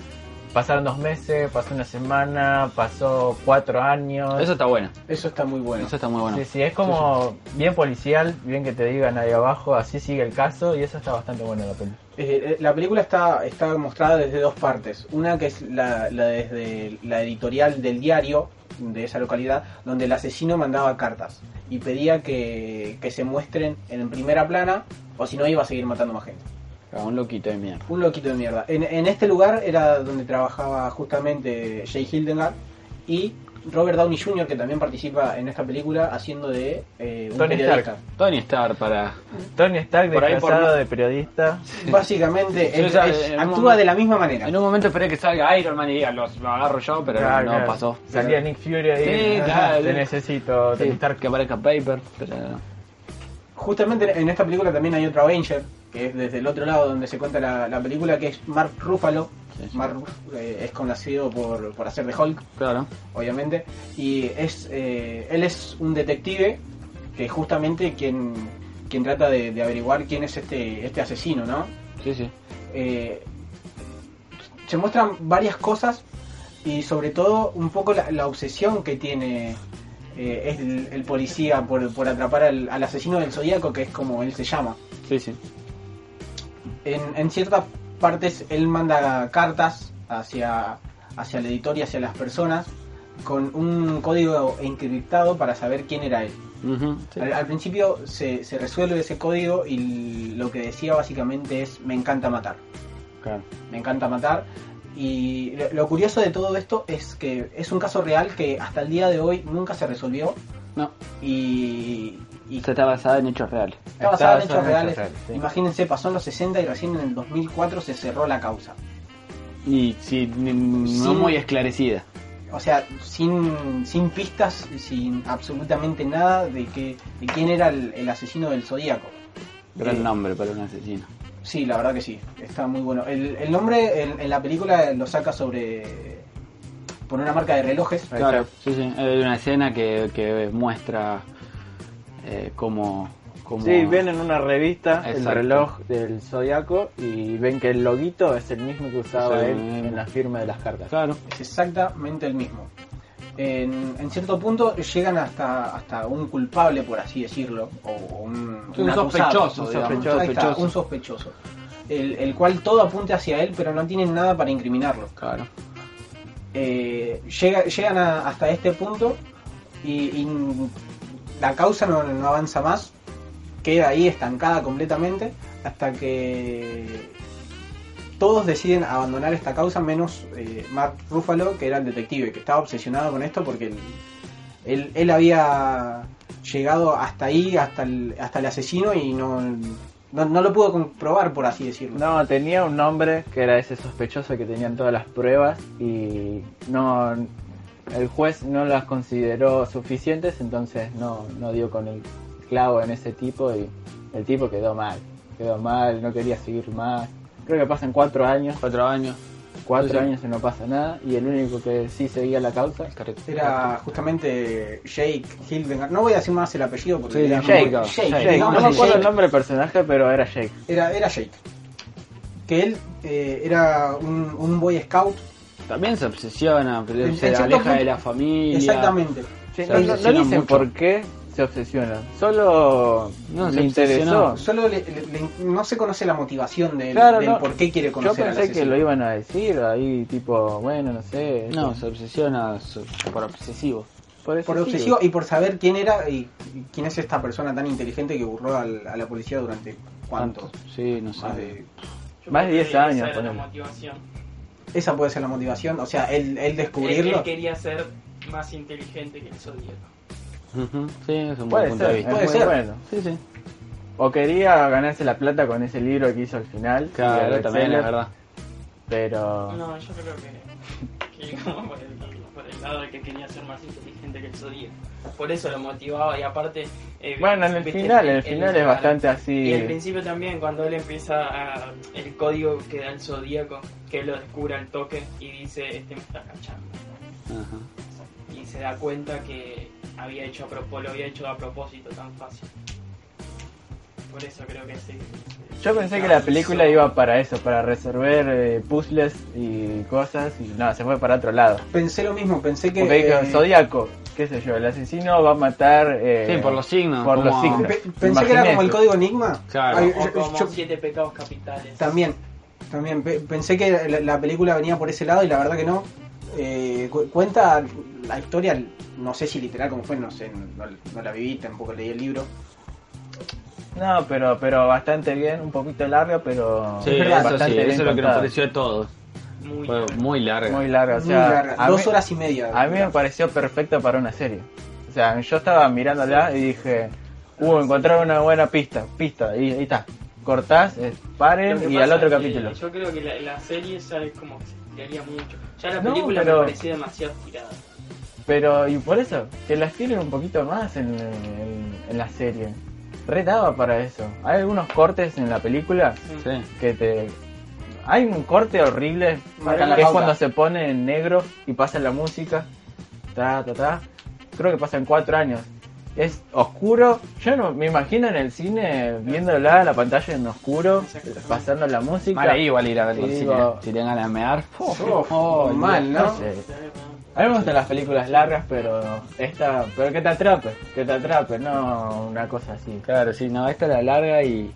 C: pasaron dos meses, pasó una semana, pasó cuatro años.
A: Eso está bueno,
B: Eso está muy bueno.
A: eso está muy bueno.
C: Sí, sí, es como bien policial, bien que te digan ahí abajo, así sigue el caso y eso está bastante bueno en la película.
B: Eh, eh, la película está, está mostrada desde dos partes. Una que es la, la desde la editorial del diario de esa localidad, donde el asesino mandaba cartas y pedía que, que se muestren en primera plana o si no iba a seguir matando más gente.
A: Ah, Un loquito de mierda.
B: Un loquito de mierda. En, en este lugar era donde trabajaba justamente Jay Hildengard y Robert Downey Jr., que también participa en esta película, haciendo de eh, un
C: Tony
B: periodista.
A: Tony Stark para.
C: Tony Stark
A: Por ahí, por
C: disfrazado
A: más-
C: de periodista.
B: Básicamente,
A: Sí,
B: él
A: o sea,
B: es-
A: en un
B: actúa
A: momento-
B: de la misma manera.
A: En un momento esperé que salga Iron Man y diga, los, lo agarro yo, pero
C: Claro,
A: no
C: claro.
A: pasó.
C: Salía Nick Fury ahí.
A: Sí,
C: "Ah,
A: claro.
C: Te necesito,
A: Sí,
C: Tony Stark.
A: que aparezca Paper, pero no.
B: Justamente en esta película también hay otro Avenger, que es desde el otro lado donde se cuenta la, la película, que es Mark Ruffalo.
A: Sí, sí.
B: Mark Ruff- eh, es conocido por, por hacer de Hulk,
A: Claro.
B: obviamente. Y es eh, él es un detective que es justamente quien, quien trata de, de averiguar quién es este, este asesino, ¿no?
A: Sí, sí.
B: eh, se muestran varias cosas y sobre todo un poco la, la obsesión que tiene eh, es el, el policía por, por atrapar al, al asesino del zodíaco, que es como él se llama.
A: Sí, sí.
B: En, en ciertas partes él manda cartas hacia, hacia el editor y hacia las personas con un código encriptado para saber quién era él.
A: Ujú, sí.
B: Al, al principio se, se resuelve ese código y lo que decía básicamente es me encanta matar
A: Claro.
B: me encanta matar. Y lo, lo curioso de todo esto es que es un caso real que hasta el día de hoy nunca se resolvió
A: No,
B: y, y
A: esto está basada en hechos reales.
B: está basado en
C: basado
B: hechos
C: en hechos
B: reales.
C: reales, sí.
B: Imagínense, pasó en los 60 y recién en el 2004 se cerró la causa.
A: Y sí, ni- no
B: Sí.
A: muy esclarecida.
B: O sea, sin, sin pistas, sin absolutamente nada de, que, de quién era el, el asesino del Zodíaco.
A: Gran nombre para un asesino.
B: Sí, la verdad que sí, está muy bueno. El, el nombre en, en la película lo saca sobre... por una marca de relojes.
C: Ahí está.
A: Claro, sí, sí. Hay una escena que, que muestra eh, cómo, cómo-
C: Sí, ven en una revista
A: Exacto.
C: el reloj del zodiaco y ven que el loguito es el mismo que usaba
A: Sí.
C: él en la firma de las cartas.
A: Claro,
B: es exactamente el mismo. En, en cierto punto llegan hasta, hasta un culpable, por así decirlo, o un,
A: Un sospechoso,
B: un
A: digamos,
B: sospechoso, Ahí está,
A: sospechoso.
B: un sospechoso. El, el cual todo apunte hacia él, pero no tienen nada para incriminarlo.
A: claro.
B: Eh, llega- llegan a- hasta este punto y, y la causa no, no avanza más, queda ahí estancada completamente hasta que todos deciden abandonar esta causa menos eh, Mark Ruffalo, que era el detective, que estaba obsesionado con esto porque él, él- él había llegado hasta ahí, hasta el, hasta el asesino y no, no, no lo pudo comprobar, por así decirlo.
C: No, tenía un nombre que era ese sospechoso que tenían todas las pruebas y no el juez no las consideró suficientes, entonces no, no dio con el clavo en ese tipo y el tipo quedó mal, quedó mal, no quería seguir más. Creo que pasan cuatro años,
A: Cuatro años.
C: cuatro
A: Sí, sí.
C: años y no pasa nada y el único que sí seguía la causa
B: Era justamente Jake Hildengar. No voy a decir más el apellido porque
A: Sí,
B: era
A: Jake,
B: muy-
A: claro.
B: Jake,
C: Jake. No
B: digamos
C: me
B: así,
C: acuerdo el
B: Jake.
C: nombre del personaje, pero era Jake.
B: Era, era Jake. Que él eh, era un, un boy scout.
A: También se obsesiona, pero
B: En-
A: se
B: en cierto
A: aleja
B: punto-
A: de la familia.
B: Exactamente.
C: Sí,
A: Se
C: no, no- no
A: obsesiona
C: dicen
A: mucho.
C: por qué se obsesiona, solo
A: No, se
C: le interesó.
A: obsesionó.
B: Solo le- le- le- no se conoce la motivación del,
C: Claro,
B: del
C: no.
B: por qué quiere
C: Yo
B: conocer al
C: pensé que
B: asesino.
C: lo iban a decir ahí, tipo, bueno, no sé.
A: No,
C: eso.
A: se obsesiona so- por obsesivo.
C: por eso
B: Por
C: sí.
B: obsesivo y por saber quién era y, y quién es esta persona tan inteligente que burló al- a la policía durante cuánto.
A: Sí, no
B: Más
A: sé.
B: de-
D: Yo
C: Más de
D: creo que
C: 10 años,
D: esa era la
C: ponemos.
D: motivación.
B: Esa puede ser la motivación. O sea, él, él
D: Él,
B: descubrirlo.
D: él quería ser más inteligente que el Zodíaco.
A: Ujú, Sí, es un buen
C: Puede
A: punto
C: ser,
A: de
C: es
A: vista.
B: Puede
C: muy
B: ser.
C: bueno.
A: Sí, sí.
C: O quería ganarse la plata con ese libro que hizo al final. y
A: Claro,
C: era
A: también es
C: bestseller,
A: verdad.
C: Pero.
D: No, yo creo que, que íbamos por el, por el lado de que quería ser más inteligente que el Zodíaco. Por eso lo motivaba y aparte... eh,
C: Bueno, en el
D: viste,
C: final, en el final es bastante
D: Y al
C: así.
D: principio también, cuando él empieza a- el código que da el Zodíaco, que él lo descubre al toque y dice, este me está cachando.
A: Ajá.
D: Y se da cuenta que había hecho a propósito, lo había hecho a propósito tan fácil. Por eso creo que sí.
C: Yo pensé que la película iba para eso, para resolver eh, puzzles y cosas, y no, se fue para otro lado.
B: Pensé lo mismo, pensé que.
C: Porque dijeron,
B: eh,
C: Zodíaco, qué sé yo, el asesino va a matar. eh,
A: Sí, por los signos.
C: por los
A: como-
C: signos.
B: Pe- Pensé que era como el código Enigma.
A: Claro.
B: Ay,
D: O
B: yo-
D: como
B: yo-
D: siete pecados capitales.
B: también, también. pe- Pensé que la, la película venía por ese lado y la verdad que no. Eh, cu- cuenta la historia, no sé si literal como fue, no sé, no, no la viví, tampoco leí el libro.
C: No, pero, pero bastante bien, un poquito largo, pero
A: Sí,
B: Es verdad,
A: eso
C: bastante
A: sí,
C: bien
A: eso es lo que nos
C: contado.
A: pareció a todos.
D: muy
A: Fue
D: larga.
A: muy larga.
C: Muy larga, o
B: Muy
C: sea,
B: larga,
C: a
B: dos
C: mí-
B: horas y media.
C: A mí me pareció perfecta para una serie. O sea, yo estaba mirándola y dije, uh, encontrar una buena pista, pista, y ahí está. Cortás, es-
D: Lo que
C: paren y
D: pasa
C: al otro
D: es que
C: capítulo.
D: Yo creo que la, la serie ya es como que se tiraría mucho. Ya la
C: No,
D: película
C: pero-
D: me parecía demasiado tirada.
C: Pero, y por eso, que la estiren un poquito más en, en- en la serie. Retaba para eso. Hay algunos cortes en la película
A: Sí.
C: que te... Hay un corte horrible,
B: Marca la
C: que es
B: pauta.
C: cuando se pone en negro y pasa la música. Ta, ta, ta. Creo que pasa en cuatro años. Es oscuro. Yo no me imagino en el cine viéndola, la pantalla en oscuro,
D: Exactamente.
C: pasando la música.
A: Mal ahí igual ir a verlo
C: Y
A: si,
C: digo-
A: tienen- si tienen ganas de mear. fu, fu,
B: Oh,
A: fu,
B: mal, ¿no?
C: Sí. A mí me gustan las películas largas, pero esta, pero que te atrape, que te atrape, no una cosa así.
A: Claro, sí, no, esta era larga y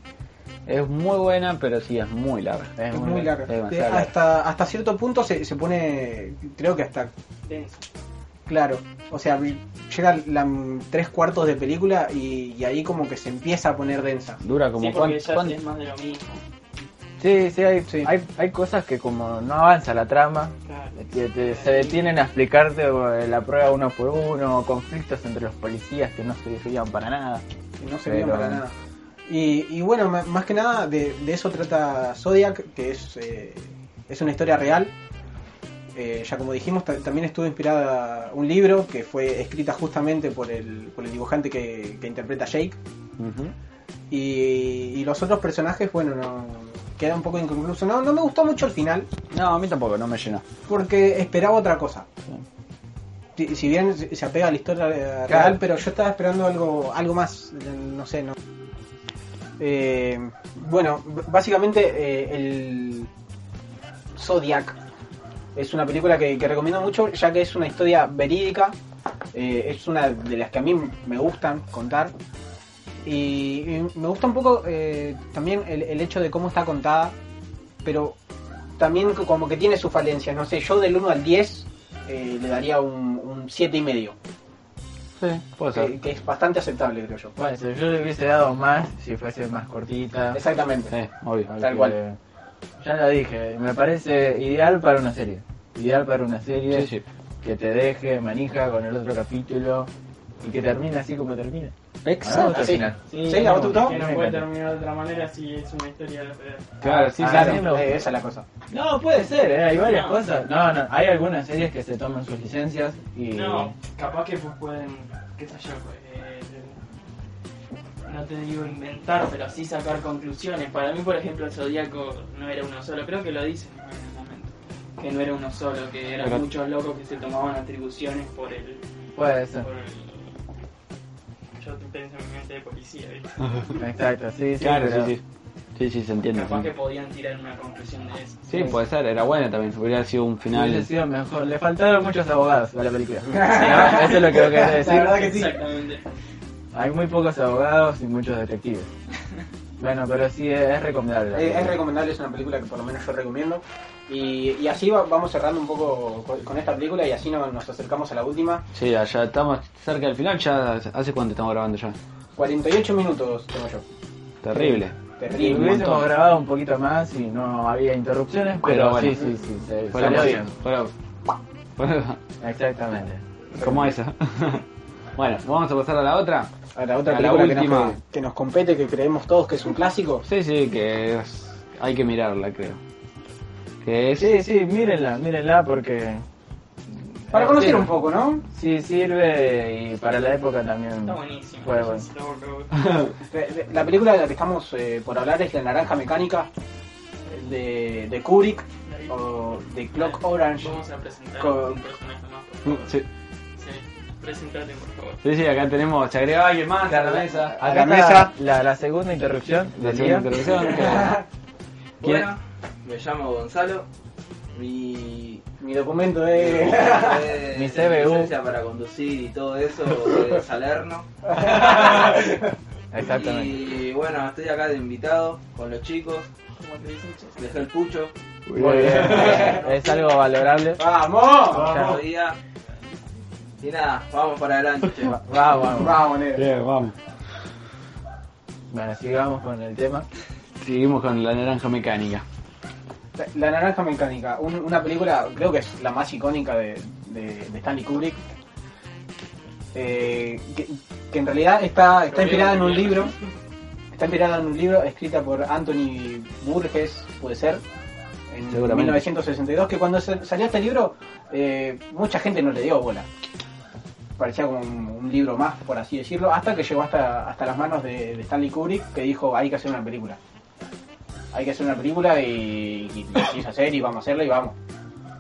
A: es muy buena, pero sí es muy larga.
C: Es
B: Es muy larga.
A: es
B: Eh,
A: demasiado larga.
B: Hasta, hasta cierto punto se, se pone, creo que hasta
D: Mm, Denso.
B: claro. O sea, llega la tres cuartos de película y, y ahí como que se empieza a poner densa.
A: Dura como
D: Sí, porque
A: cuán-
D: ya
A: cuán-
D: es más de lo mismo.
C: Sí, sí, hay,
B: Sí.
C: Hay, hay cosas que como no avanza la trama,
D: Claro.
C: te- te- se detienen a explicarte eh, la prueba uno por uno, conflictos entre los policías que no se llevan para nada.
B: y no servían
C: Pero-
B: para nada. Y, y bueno, ma- más que nada de, de eso trata Zodiac, que es, eh, es una historia real. Eh, ya como dijimos, ta- también estuvo inspirada un libro que fue escrita justamente por el, por el dibujante que, que interpreta a Jake.
A: Ujú.
B: Y, y los otros personajes, bueno, no, queda un poco inconcluso. No, no me gustó mucho el final,
A: No, a mí tampoco, no me llenó.
B: porque esperaba otra cosa. Si, si bien se se apega a la historia eh, real,
C: Claro.
B: pero yo estaba esperando algo, algo más, eh, no sé, no. Eh, bueno, b- básicamente eh, el Zodiac es una película que, que recomiendo mucho, ya que es una historia verídica, eh, es una de las que a mí me gustan contar. Y, y me gusta un poco eh, también el, el hecho de cómo está contada, pero también co- como que tiene sus falencias. No sé, yo del 1 al 10 eh, le daría un, un 7 y medio,
A: Sí, puede
B: que, que es bastante aceptable, creo yo.
C: Bueno, si yo le hubiese dado más si fuese más cortita.
B: Exactamente.
A: Sí, obvio.
B: Tal
C: que-
B: cual.
C: Ya lo dije, me parece ideal para una serie. Ideal para una serie
A: Sí, sí.
C: que te deje manija con el otro capítulo y que termine así como termina.
A: Exacto.
C: Al
B: sí.
C: final.
D: Sí,
B: ¿Sí? ¿A vos te gustó?
D: Que
C: Me
D: no puede
C: encanta.
D: terminar de otra manera si es una historia real.
A: Claro, sí,
C: Ah,
A: claro.
C: sí, me gusta.
B: Eh, esa es la cosa.
C: No, puede ser, ¿eh? hay varias
D: No.
C: cosas. No, no, hay algunas series que se toman sus licencias y...
D: No, capaz que pues pueden, qué sé yo, eh, no te digo inventar, pero sí sacar conclusiones. Para mí, por ejemplo, el Zodíaco no era uno solo, creo que lo dicen en algún momento, que no era uno solo, que eran
A: Pero-
D: muchos locos que se tomaban atribuciones por el...
C: Puede ser.
D: Por el yo te pienso en mi mente de policía, ¿viste?
C: Exacto, sí, sí.
A: Claro,
C: pero-
A: sí, sí. Sí, sí, se entiende.
D: Capaz que
A: sí.
D: podían tirar una conclusión de eso.
A: Sí, puede ser, era buena también. Hubiera sido un
C: Hubiese
A: final.
C: sido mejor. Le faltaron muchos abogados a la película. ¿No? Eso es lo que yo quería decir.
B: La verdad que sí.
D: Exactamente.
C: Hay muy pocos abogados y muchos detectives. Bueno, pero sí es recomendable. la
B: Eh, es
C: película.
B: recomendable, es una película que por lo menos yo recomiendo. Y, y así va- vamos cerrando un poco con, con esta película y así no- nos acercamos a la última.
A: Sí, allá estamos cerca del final. Ya hace cuánto estamos grabando ya.
B: 48 minutos tengo yo.
A: Terrible.
C: Sí,
B: Terrible.
C: hubiésemos grabado un poquito más y no había interrupciones, pero,
A: Pero bueno.
C: sí, sí, sí, se
A: Fuera
C: salió
A: muy-
C: bien.
A: fuera- fuera-
C: Exactamente.
A: Como esa. bueno, vamos a pasar a la otra.
B: A la otra
A: A la
B: película que,
A: última.
B: nos, que nos compete, que creemos todos que es un clásico.
A: Sí, sí, que es- hay que mirarla, creo. Que es...
C: Sí, sí, mírenla, mírenla porque...
B: Para
C: eh,
B: conocer
C: sirve.
B: un poco, ¿no?
C: Sí, sirve y para la época también.
D: Está buenísimo.
C: Fue bueno.
D: Está bueno.
B: Eh, eh, La película de la que estamos eh, por hablar es La Naranja Mecánica de, de Kubrick o de Clock Orange.
D: Vamos a presentar
B: Con-
D: un personaje más, por favor.
A: Sí,
D: Sí, presentate, por favor.
A: sí, sí, acá tenemos... Se agregaba alguien más a la mesa.
C: Acá
B: la
C: está
B: mesa.
C: La, la segunda interrupción
A: De
C: del
A: segunda
C: día.
A: intervención, que- ¿Quién?
E: Bueno, me llamo Gonzalo. Mi.
B: Mi documento de...
E: eh,
C: Mi CBU.
E: licencia para conducir y todo eso de Salerno.
C: Exactamente.
E: Y bueno, estoy acá de invitado con los chicos. Dejé el pucho.
C: Muy bien. es algo valorable.
B: ¡Vamos!
E: Otro día. Y nada, vamos para adelante, che.
C: Vamos, vamos.
B: ¡Vamos, negro!
A: Bien, vamos.
C: Bueno, sigamos con el tema.
A: Seguimos con la naranja mecánica.
B: La, La Naranja Mecánica, un- una película, creo que es la más icónica de, de- de Stanley Kubrick, eh, que, que en realidad está, está inspirada en un libro, está inspirada en un libro escrita por Anthony Burgess, puede ser, en
A: Seguramente.
B: 1962, que cuando se- salió este libro, eh, mucha gente no le dio bola. Parecía como un, un libro más, por así decirlo, hasta que llegó hasta, hasta las manos de- de Stanley Kubrick, que dijo, hay que hacer una película hay que hacer una película y, y lo quise hacer y vamos a hacerla y vamos.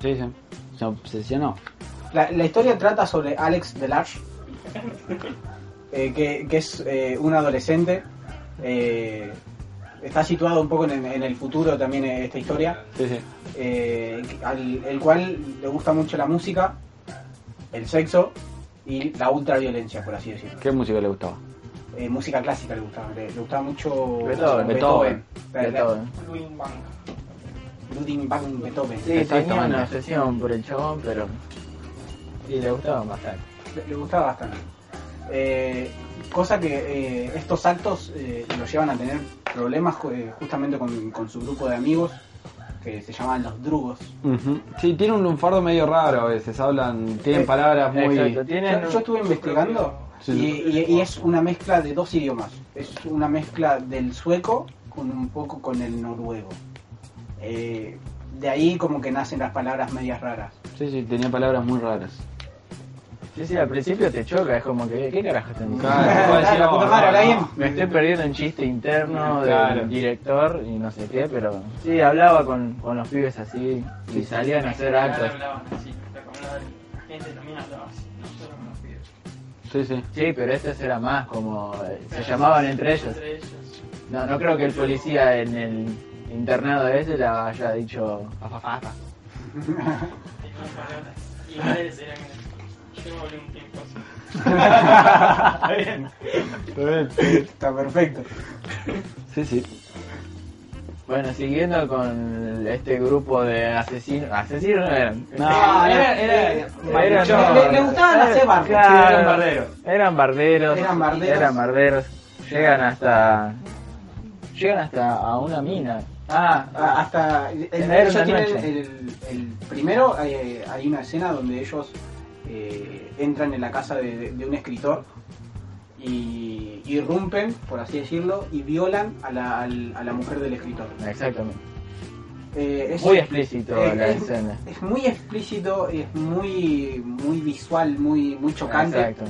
A: Sí, sí. Se obsesionó.
B: La, la historia trata sobre Alex Delarge, eh, que, que es eh, un adolescente. eh, está situado un poco en, en el futuro también eh, esta historia,
A: Sí, sí.
B: eh, al el cual le gusta mucho la música, el sexo y la ultraviolencia, por así decirlo.
A: ¿Qué música le gustaba?
B: Eh, música clásica le gustaba, le, le gustaba mucho
C: Beethoven.
B: Beethoven. La- la-
C: Beethoven.
D: Ludwig Bank.
B: Ludwig van Beethoven.
C: Sí, tenía una obsesión por el chabón, pero. Y le gustaba bastante.
B: le, le gustaba bastante. Eh, cosa que eh, estos actos eh, lo llevan a tener problemas ju- eh, justamente con, con su grupo de amigos que se llaman los drugos.
A: Sí, tiene un lunfardo medio raro a veces. Hablan, tienen
B: Eh,
A: palabras muy.
C: Exacto, tienen
B: Yo,
C: un-
B: yo estuve investigando
A: Sí.
B: y, y- y es una mezcla de dos idiomas. Es una mezcla del sueco con un poco con el noruego. Eh, de ahí como que nacen las palabras medias raras.
A: Sí, sí, tenía palabras muy raras.
C: Sí, sí, al principio te choca, es como que, ¿qué carajo están diciendo?
A: Claro,
B: Ah, la puta madre, ahora bien.
C: Me estoy perdiendo un chiste interno del
A: Claro.
C: director y no sé qué, pero sí, hablaba con, con los pibes así y salían a hacer actos.
D: Hablaban así, la comunidad de gente también hablaba así, nosotros nos pidieron.
A: Sí, sí.
C: Sí, pero este era más como, eh, se llamaban entre ellos.
D: Entre ellos.
C: No, no creo que el policía en el internado ese le haya dicho... "Afafafa".
D: Y más palabras. Y madres eran que yo hablé un tiempo así. Está bien.
B: Está perfecto.
A: Sí, sí.
C: Bueno, siguiendo con este grupo de asesinos, asesinos no eran,
A: No,
C: era, era,
B: Eran- le, le gustaban hacer barcos.
C: Claro,
B: Sí, eran barcos.
C: Eran barderos.
B: Eran barderos.
C: eran barderos. Llegan hasta. Llegan hasta a una mina. Ah,
B: A- hasta el,
C: Tener
B: ellos
C: una
B: tienen
C: noche.
B: el- el primero hay, hay una escena donde ellos eh, entran en la casa de, de- de un escritor y irrumpen por así decirlo y violan a la, al- a la mujer del escritor
C: Exactamente.
B: Eh, es,
C: Muy explícito
B: eh,
C: la
B: es-
C: escena.
B: es muy explícito es muy muy visual muy muy chocante
C: Exacto.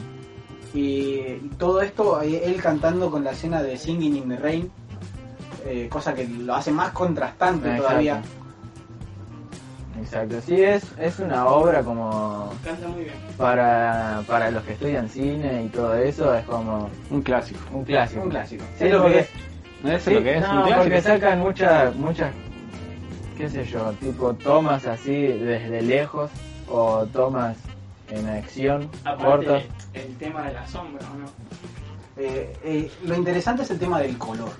B: y todo esto, eh, él cantando con la escena de Singing in the Rain, eh, cosa que lo hace más contrastante
C: Exacto.
B: todavía.
C: Exacto. Sí, es, es una obra como.
D: Canta muy bien.
C: Para, para los que estudian cine y todo eso, es como
A: Un clásico.
C: un clásico.
B: Un clásico.
C: Sí,
B: Es lo que
C: porque-
B: es.
A: ¿No es
C: Sí,
A: lo que es?
C: no,
A: un clásico.
C: porque sacan muchas, muchas, qué sé yo, tipo tomas así desde lejos o tomas en acción, cortos.
D: Aparte, el tema de la sombra, ¿o ¿no?
B: Eh, eh, lo interesante es el tema del color.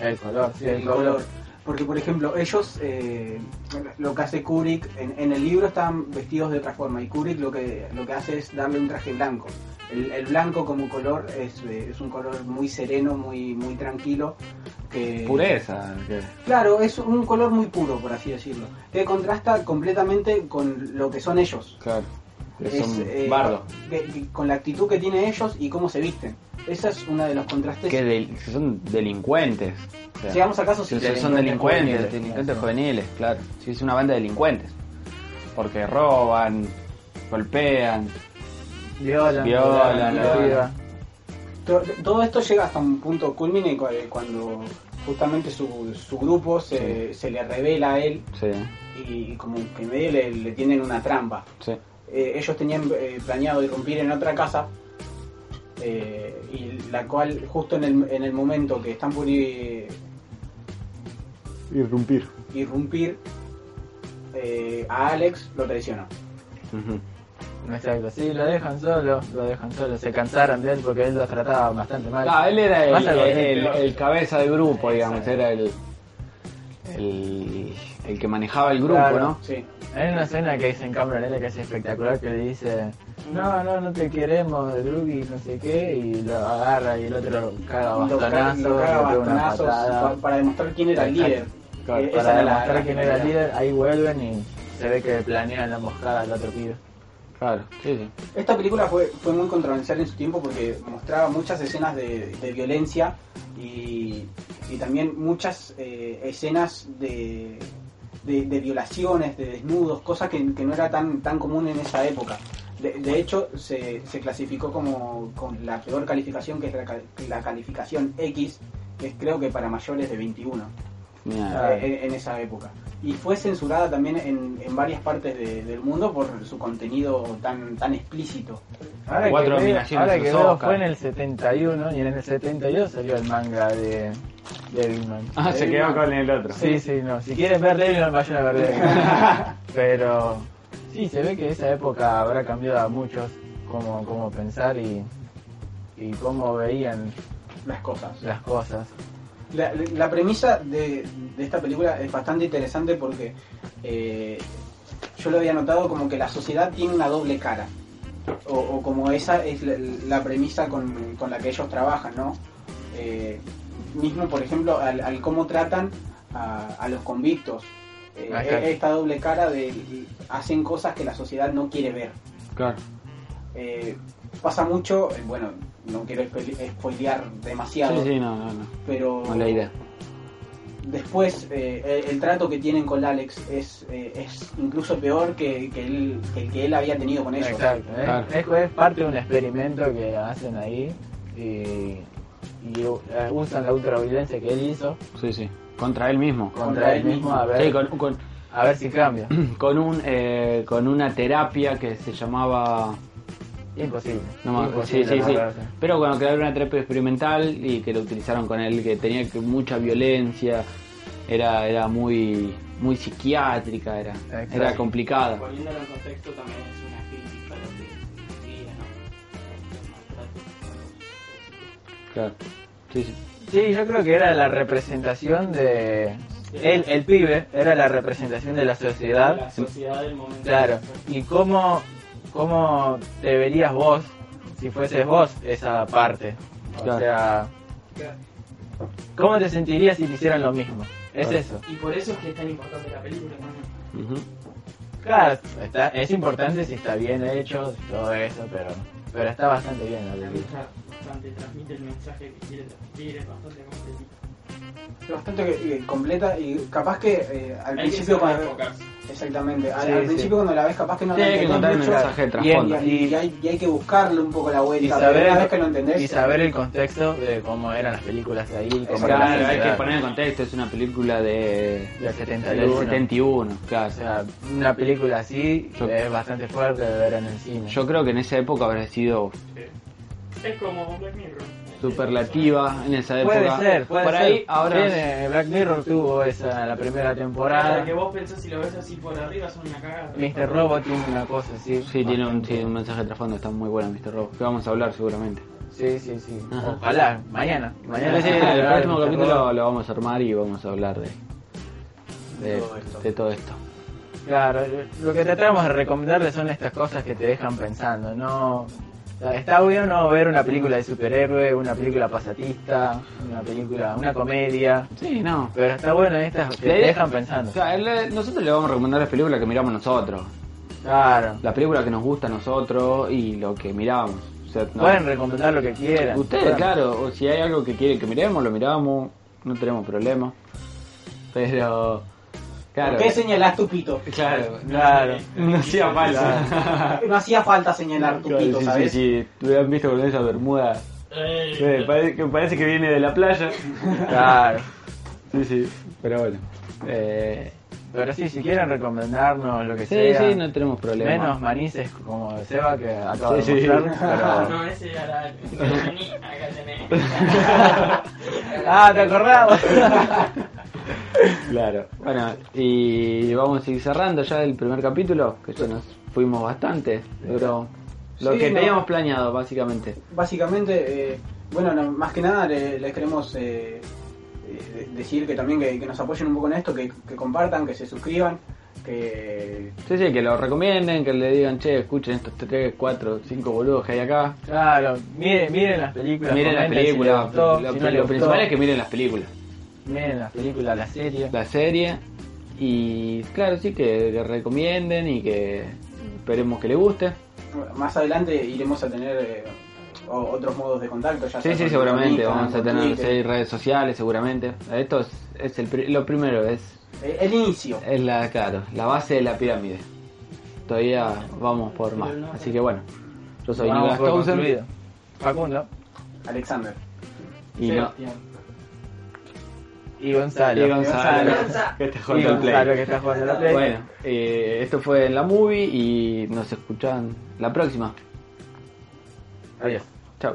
C: El color, sí, el, color.
B: Porque, por ejemplo, ellos, eh, lo que hace Kubrick, en, en el libro están vestidos de otra forma y Kubrick lo que, lo que hace es darle un traje blanco. El, el blanco como color es, eh, es un color muy sereno, muy, muy tranquilo. Que,
A: Pureza. que-
B: Claro, es un color muy puro, por así decirlo, que contrasta completamente con lo que son ellos.
A: Claro. Que
B: Es,
A: son
B: eh,
A: bardos.
B: que- que- con la actitud que tienen ellos y cómo se visten. Esa es una de los contrastes.
A: Que del- que son delincuentes. O sea,
B: Llegamos al caso
A: Sí,
B: si
A: sí, son
B: delincuentes
A: delincuentes,
B: juveniles.
A: delincuentes juveniles, claro. Sí, es una banda de delincuentes. Porque roban, golpean.
C: Viola,
A: Viola,
B: la- To- eh, Todo esto llega hasta un punto culmine cu- eh, cuando justamente su, su grupo se, se le revela a él
A: Sí,
B: y como que medio le, le tienen una trampa.
A: sí.
B: Eh, ellos tenían eh, planeado irrumpir en otra casa eh, y la cual justo en el, en el momento que están por ir-
A: Irrumpir.
B: irrumpir eh, a Alex lo traiciona.
C: Exacto, sí, lo dejan solo, lo dejan solo, se cansaron de él porque él los trataba bastante mal.
A: Ah, él era el,
C: Más al
A: el-
C: oriente,
A: el-
C: ¿no?
A: el cabeza del grupo, digamos.
C: Exacto.
A: Era el, el, el que manejaba el grupo,
C: Claro.
A: ¿no?
B: Sí.
C: Hay una escena que dice en Cameron que es espectacular, que le dice, no, no, no te queremos, Drugi, no sé qué, y lo agarra y el otro caga
B: Lo caga-
C: bastonazos,
B: lo caga
C: le pega una
B: bastonazos
C: patada.
B: pa- para demostrar quién era el líder.
C: Exacto.
B: Eh, esa
C: para
B: era la-
C: demostrar
B: la
C: quién era el
B: finalidad.
C: líder, ahí vuelven y se ve que planean la emboscada al otro pibe.
A: Claro, sí, sí.
B: Esta película fue, fue muy controversial en su tiempo porque mostraba muchas escenas de, de violencia y, y también muchas eh, escenas de, de, de violaciones, de desnudos, cosas que, que no era tan, tan común en esa época. De, de hecho, se, se clasificó como con la peor calificación, que es la, cal- la calificación X, que es creo que para mayores de 21
A: Mira,
C: Ah.
B: en, en esa época. Y fue censurada también en, en varias partes de- del mundo por su contenido tan, tan explícito.
C: Ahora
A: Cuatro
C: que, veo,
A: nominaciones
C: ahora
A: a
C: que
A: los
C: veo
A: Oscar.
C: fue en el 71 y en el 72 salió el manga de Devilman.
A: Ah, se quedó con el otro.
C: Sí, sí, no. Si quieren ver Devilman, vayan a ver Devilman. Pero sí, se ve que esa época habrá cambiado a muchos cómo, cómo pensar y, y cómo veían
B: las cosas.
C: las cosas.
B: La, la premisa de, de esta película es bastante interesante porque eh, yo lo había notado como que la sociedad tiene una doble cara. O, o como esa es la, la premisa con, con la que ellos trabajan, ¿no? Eh, mismo, por ejemplo, al, al cómo tratan a, a los convictos. Eh,
C: Ajá.
B: esta doble cara de hacen cosas que la sociedad no quiere ver.
A: Claro.
B: Eh, pasa mucho, eh, bueno, no quiero espoile- spoilear demasiado,
A: Sí, sí, no, no, no.
B: pero
A: Mala idea.
B: después eh, el, el trato que tienen con Alex es, eh, es incluso peor que, que el, que el que él había tenido con ellos.
C: Exacto. ¿eh?
A: Claro.
C: Es, es parte de un experimento que hacen ahí y, y eh, usan la ultraviolencia que él hizo
A: Sí, sí. Contra él mismo.
C: contra él mismo a ver,
A: Sí, con, con,
C: a ver si cambia.
A: con un, eh, con una terapia que se llamaba...
C: Imposible.
A: No me acuerdo. Sí,
C: Imposible
A: sí, sí.
C: lograrse.
A: Pero cuando crearon una terapia experimental y que lo utilizaron con él, que tenía que mucha violencia, era, era muy, muy psiquiátrica, era,
C: Exacto.
A: era
B: Ah.
A: complicada.
D: Poniéndolo en contexto también es una crítica a lo que existía, ¿no? El maltrato a los-
A: Claro. Sí, sí.
C: Sí, yo creo que era la representación de... El, el pibe era la representación de la
D: La
C: sociedad.
D: sociedad del momento.
C: Claro. ¿Y cómo, cómo te verías vos si fueses vos esa parte? O
A: Claro.
C: sea, ¿cómo te sentirías si te hicieran lo mismo? Es
A: Claro.
C: eso.
D: Y por eso es que es tan importante la película ¿no?
A: Ujú.
C: Claro, está, es importante si está bien hecho, todo eso, pero, pero está bastante bien la
D: La
C: película.
D: mezcla bastante transmite el mensaje que quiere transmitir, es bastante completito.
B: Bastante eh, completa y capaz que eh, al
D: Hay que
B: principio
D: saber
B: cuando...
D: enfocarse.
B: Exactamente, al,
C: Sí,
B: al
C: sí.
B: principio cuando la ves capaz que no
A: Sí,
B: la
A: hay que
B: entendés
A: encontrar el
B: mucho,
A: mensaje de trasfondo.
B: y, y hay, y hay que buscarle un poco la vuelta,
C: Y
B: pero una
C: saber,
B: vez que lo entendés...
C: y saber el contexto de cómo eran las películas ahí, cómo era
A: Claro,
C: la
A: hay que
C: sociedad.
A: poner en contexto, es una película de...
C: Del 71.
A: Del 71, claro.
C: O sea, una película así
A: Yo-
C: es bastante fuerte de ver en el cine.
A: Yo creo que en esa época habrá sido
D: Es como Black Mirror.
A: superlativa en esa época.
C: puede ser, puede
A: Por
C: ser.
A: ahí ahora
C: Bien, eh, Black Mirror tuvo esa la primera temporada.
D: Ahora que vos pensás si lo ves así por arriba son una cagada.
C: Mr. Robot tiene una cosa así.
A: sí tiene un,
C: bastante-
A: sí, un mensaje de trasfondo, está muy bueno Mr. Robo, que vamos a hablar seguramente.
C: Sí, sí, sí.
A: Ajá.
C: Ojalá, mañana. Mañana
A: Sí,
C: sí,
A: el
C: hablar de
A: próximo
C: Mr.
A: capítulo
C: Robot.
A: lo vamos a armar y vamos a hablar de, de, de todo, esto.
C: Claro, lo que tratamos de recomendarles son estas cosas que te dejan pensando, no... o sea, Está bien no ver una película de superhéroe, una película pasatista, una película, una comedia,
A: Sí, no.
C: pero está bueno estas que
A: La
C: te
A: idea-
C: dejan pensando.
A: O sea, le- nosotros le vamos a recomendar las películas que miramos nosotros,
C: Claro.
A: las películas que nos gustan a nosotros y lo que miramos. O sea, no-
C: Pueden recomendar lo que quieran.
A: Ustedes,
C: Pueden-
A: claro, o si hay algo que quieren que miremos, lo miramos, no tenemos problema. Pero, claro,
B: ¿Por qué señalás tu pito?
A: claro,
C: Claro.
A: no hacía falta.
B: No hacía falta señalar tu pito,
A: sí, sí,
B: ¿sabes?
A: sí, te hubieran visto con esa bermuda.
D: Eh,
A: Sí, parece, que, parece que viene de la playa.
C: Claro.
A: Sí, sí, pero bueno. Eh,
C: Pero sí, si quieren recomendarnos lo que
A: sí,
C: sea.
A: sí, no tenemos problema.
C: Menos manices como Seba que acaba
A: Sí, sí.
C: de mostrar. pero-
D: No, ese era la... Ni, Acá tenés.
C: Ah, te acordabas.
A: Claro. Bueno, y vamos a ir cerrando ya el primer capítulo, que ya nos fuimos bastante. Duró lo
B: Sí,
A: que
B: no.
A: teníamos planeado, básicamente.
B: básicamente, eh, bueno, no, más que nada le- les, queremos eh, eh, de- decir que también que, que nos apoyen un poco en esto, que, que compartan, que se suscriban, que
A: Sí, sí, que lo recomienden, que le digan, che, escuchen estos 3, 4, 5 boludos que hay acá.
C: Claro, miren, miren las películas.
A: miren las
C: comenten si les
A: películas.
C: gustó,
A: lo
C: si no
A: lo
C: les gustó.
A: principal es que miren las películas. miren las películas, la serie, la serie. Y claro, sí, que, que recomienden y que esperemos que le guste.
B: Más adelante iremos a tener eh, o- otros modos de contacto. Ya sea
A: Sí, sí,
B: con
A: seguramente.
B: Instagram,
A: Vamos a
B: con
A: tener
B: Twitter.
A: seis redes sociales, seguramente. Esto es, es el, pri- lo primero, es,
B: Eh, El inicio.
A: es la, claro, la base de la pirámide. Todavía vamos por más. Así que bueno, yo soy
C: Vamos
A: Nicolás
C: por
A: Townsend
C: concluido. Facundo
B: Alexander.
A: y, no,
C: y Gonzalo.
A: y Gonzalo,
E: Gonzalo.
A: que está
C: Y
A: jugando al Play.
C: Gonzalo, que está jugando a la Play.
A: Bueno, eh, esto fue La Movie y nos escuchan la próxima.
C: Adiós.
A: Chao.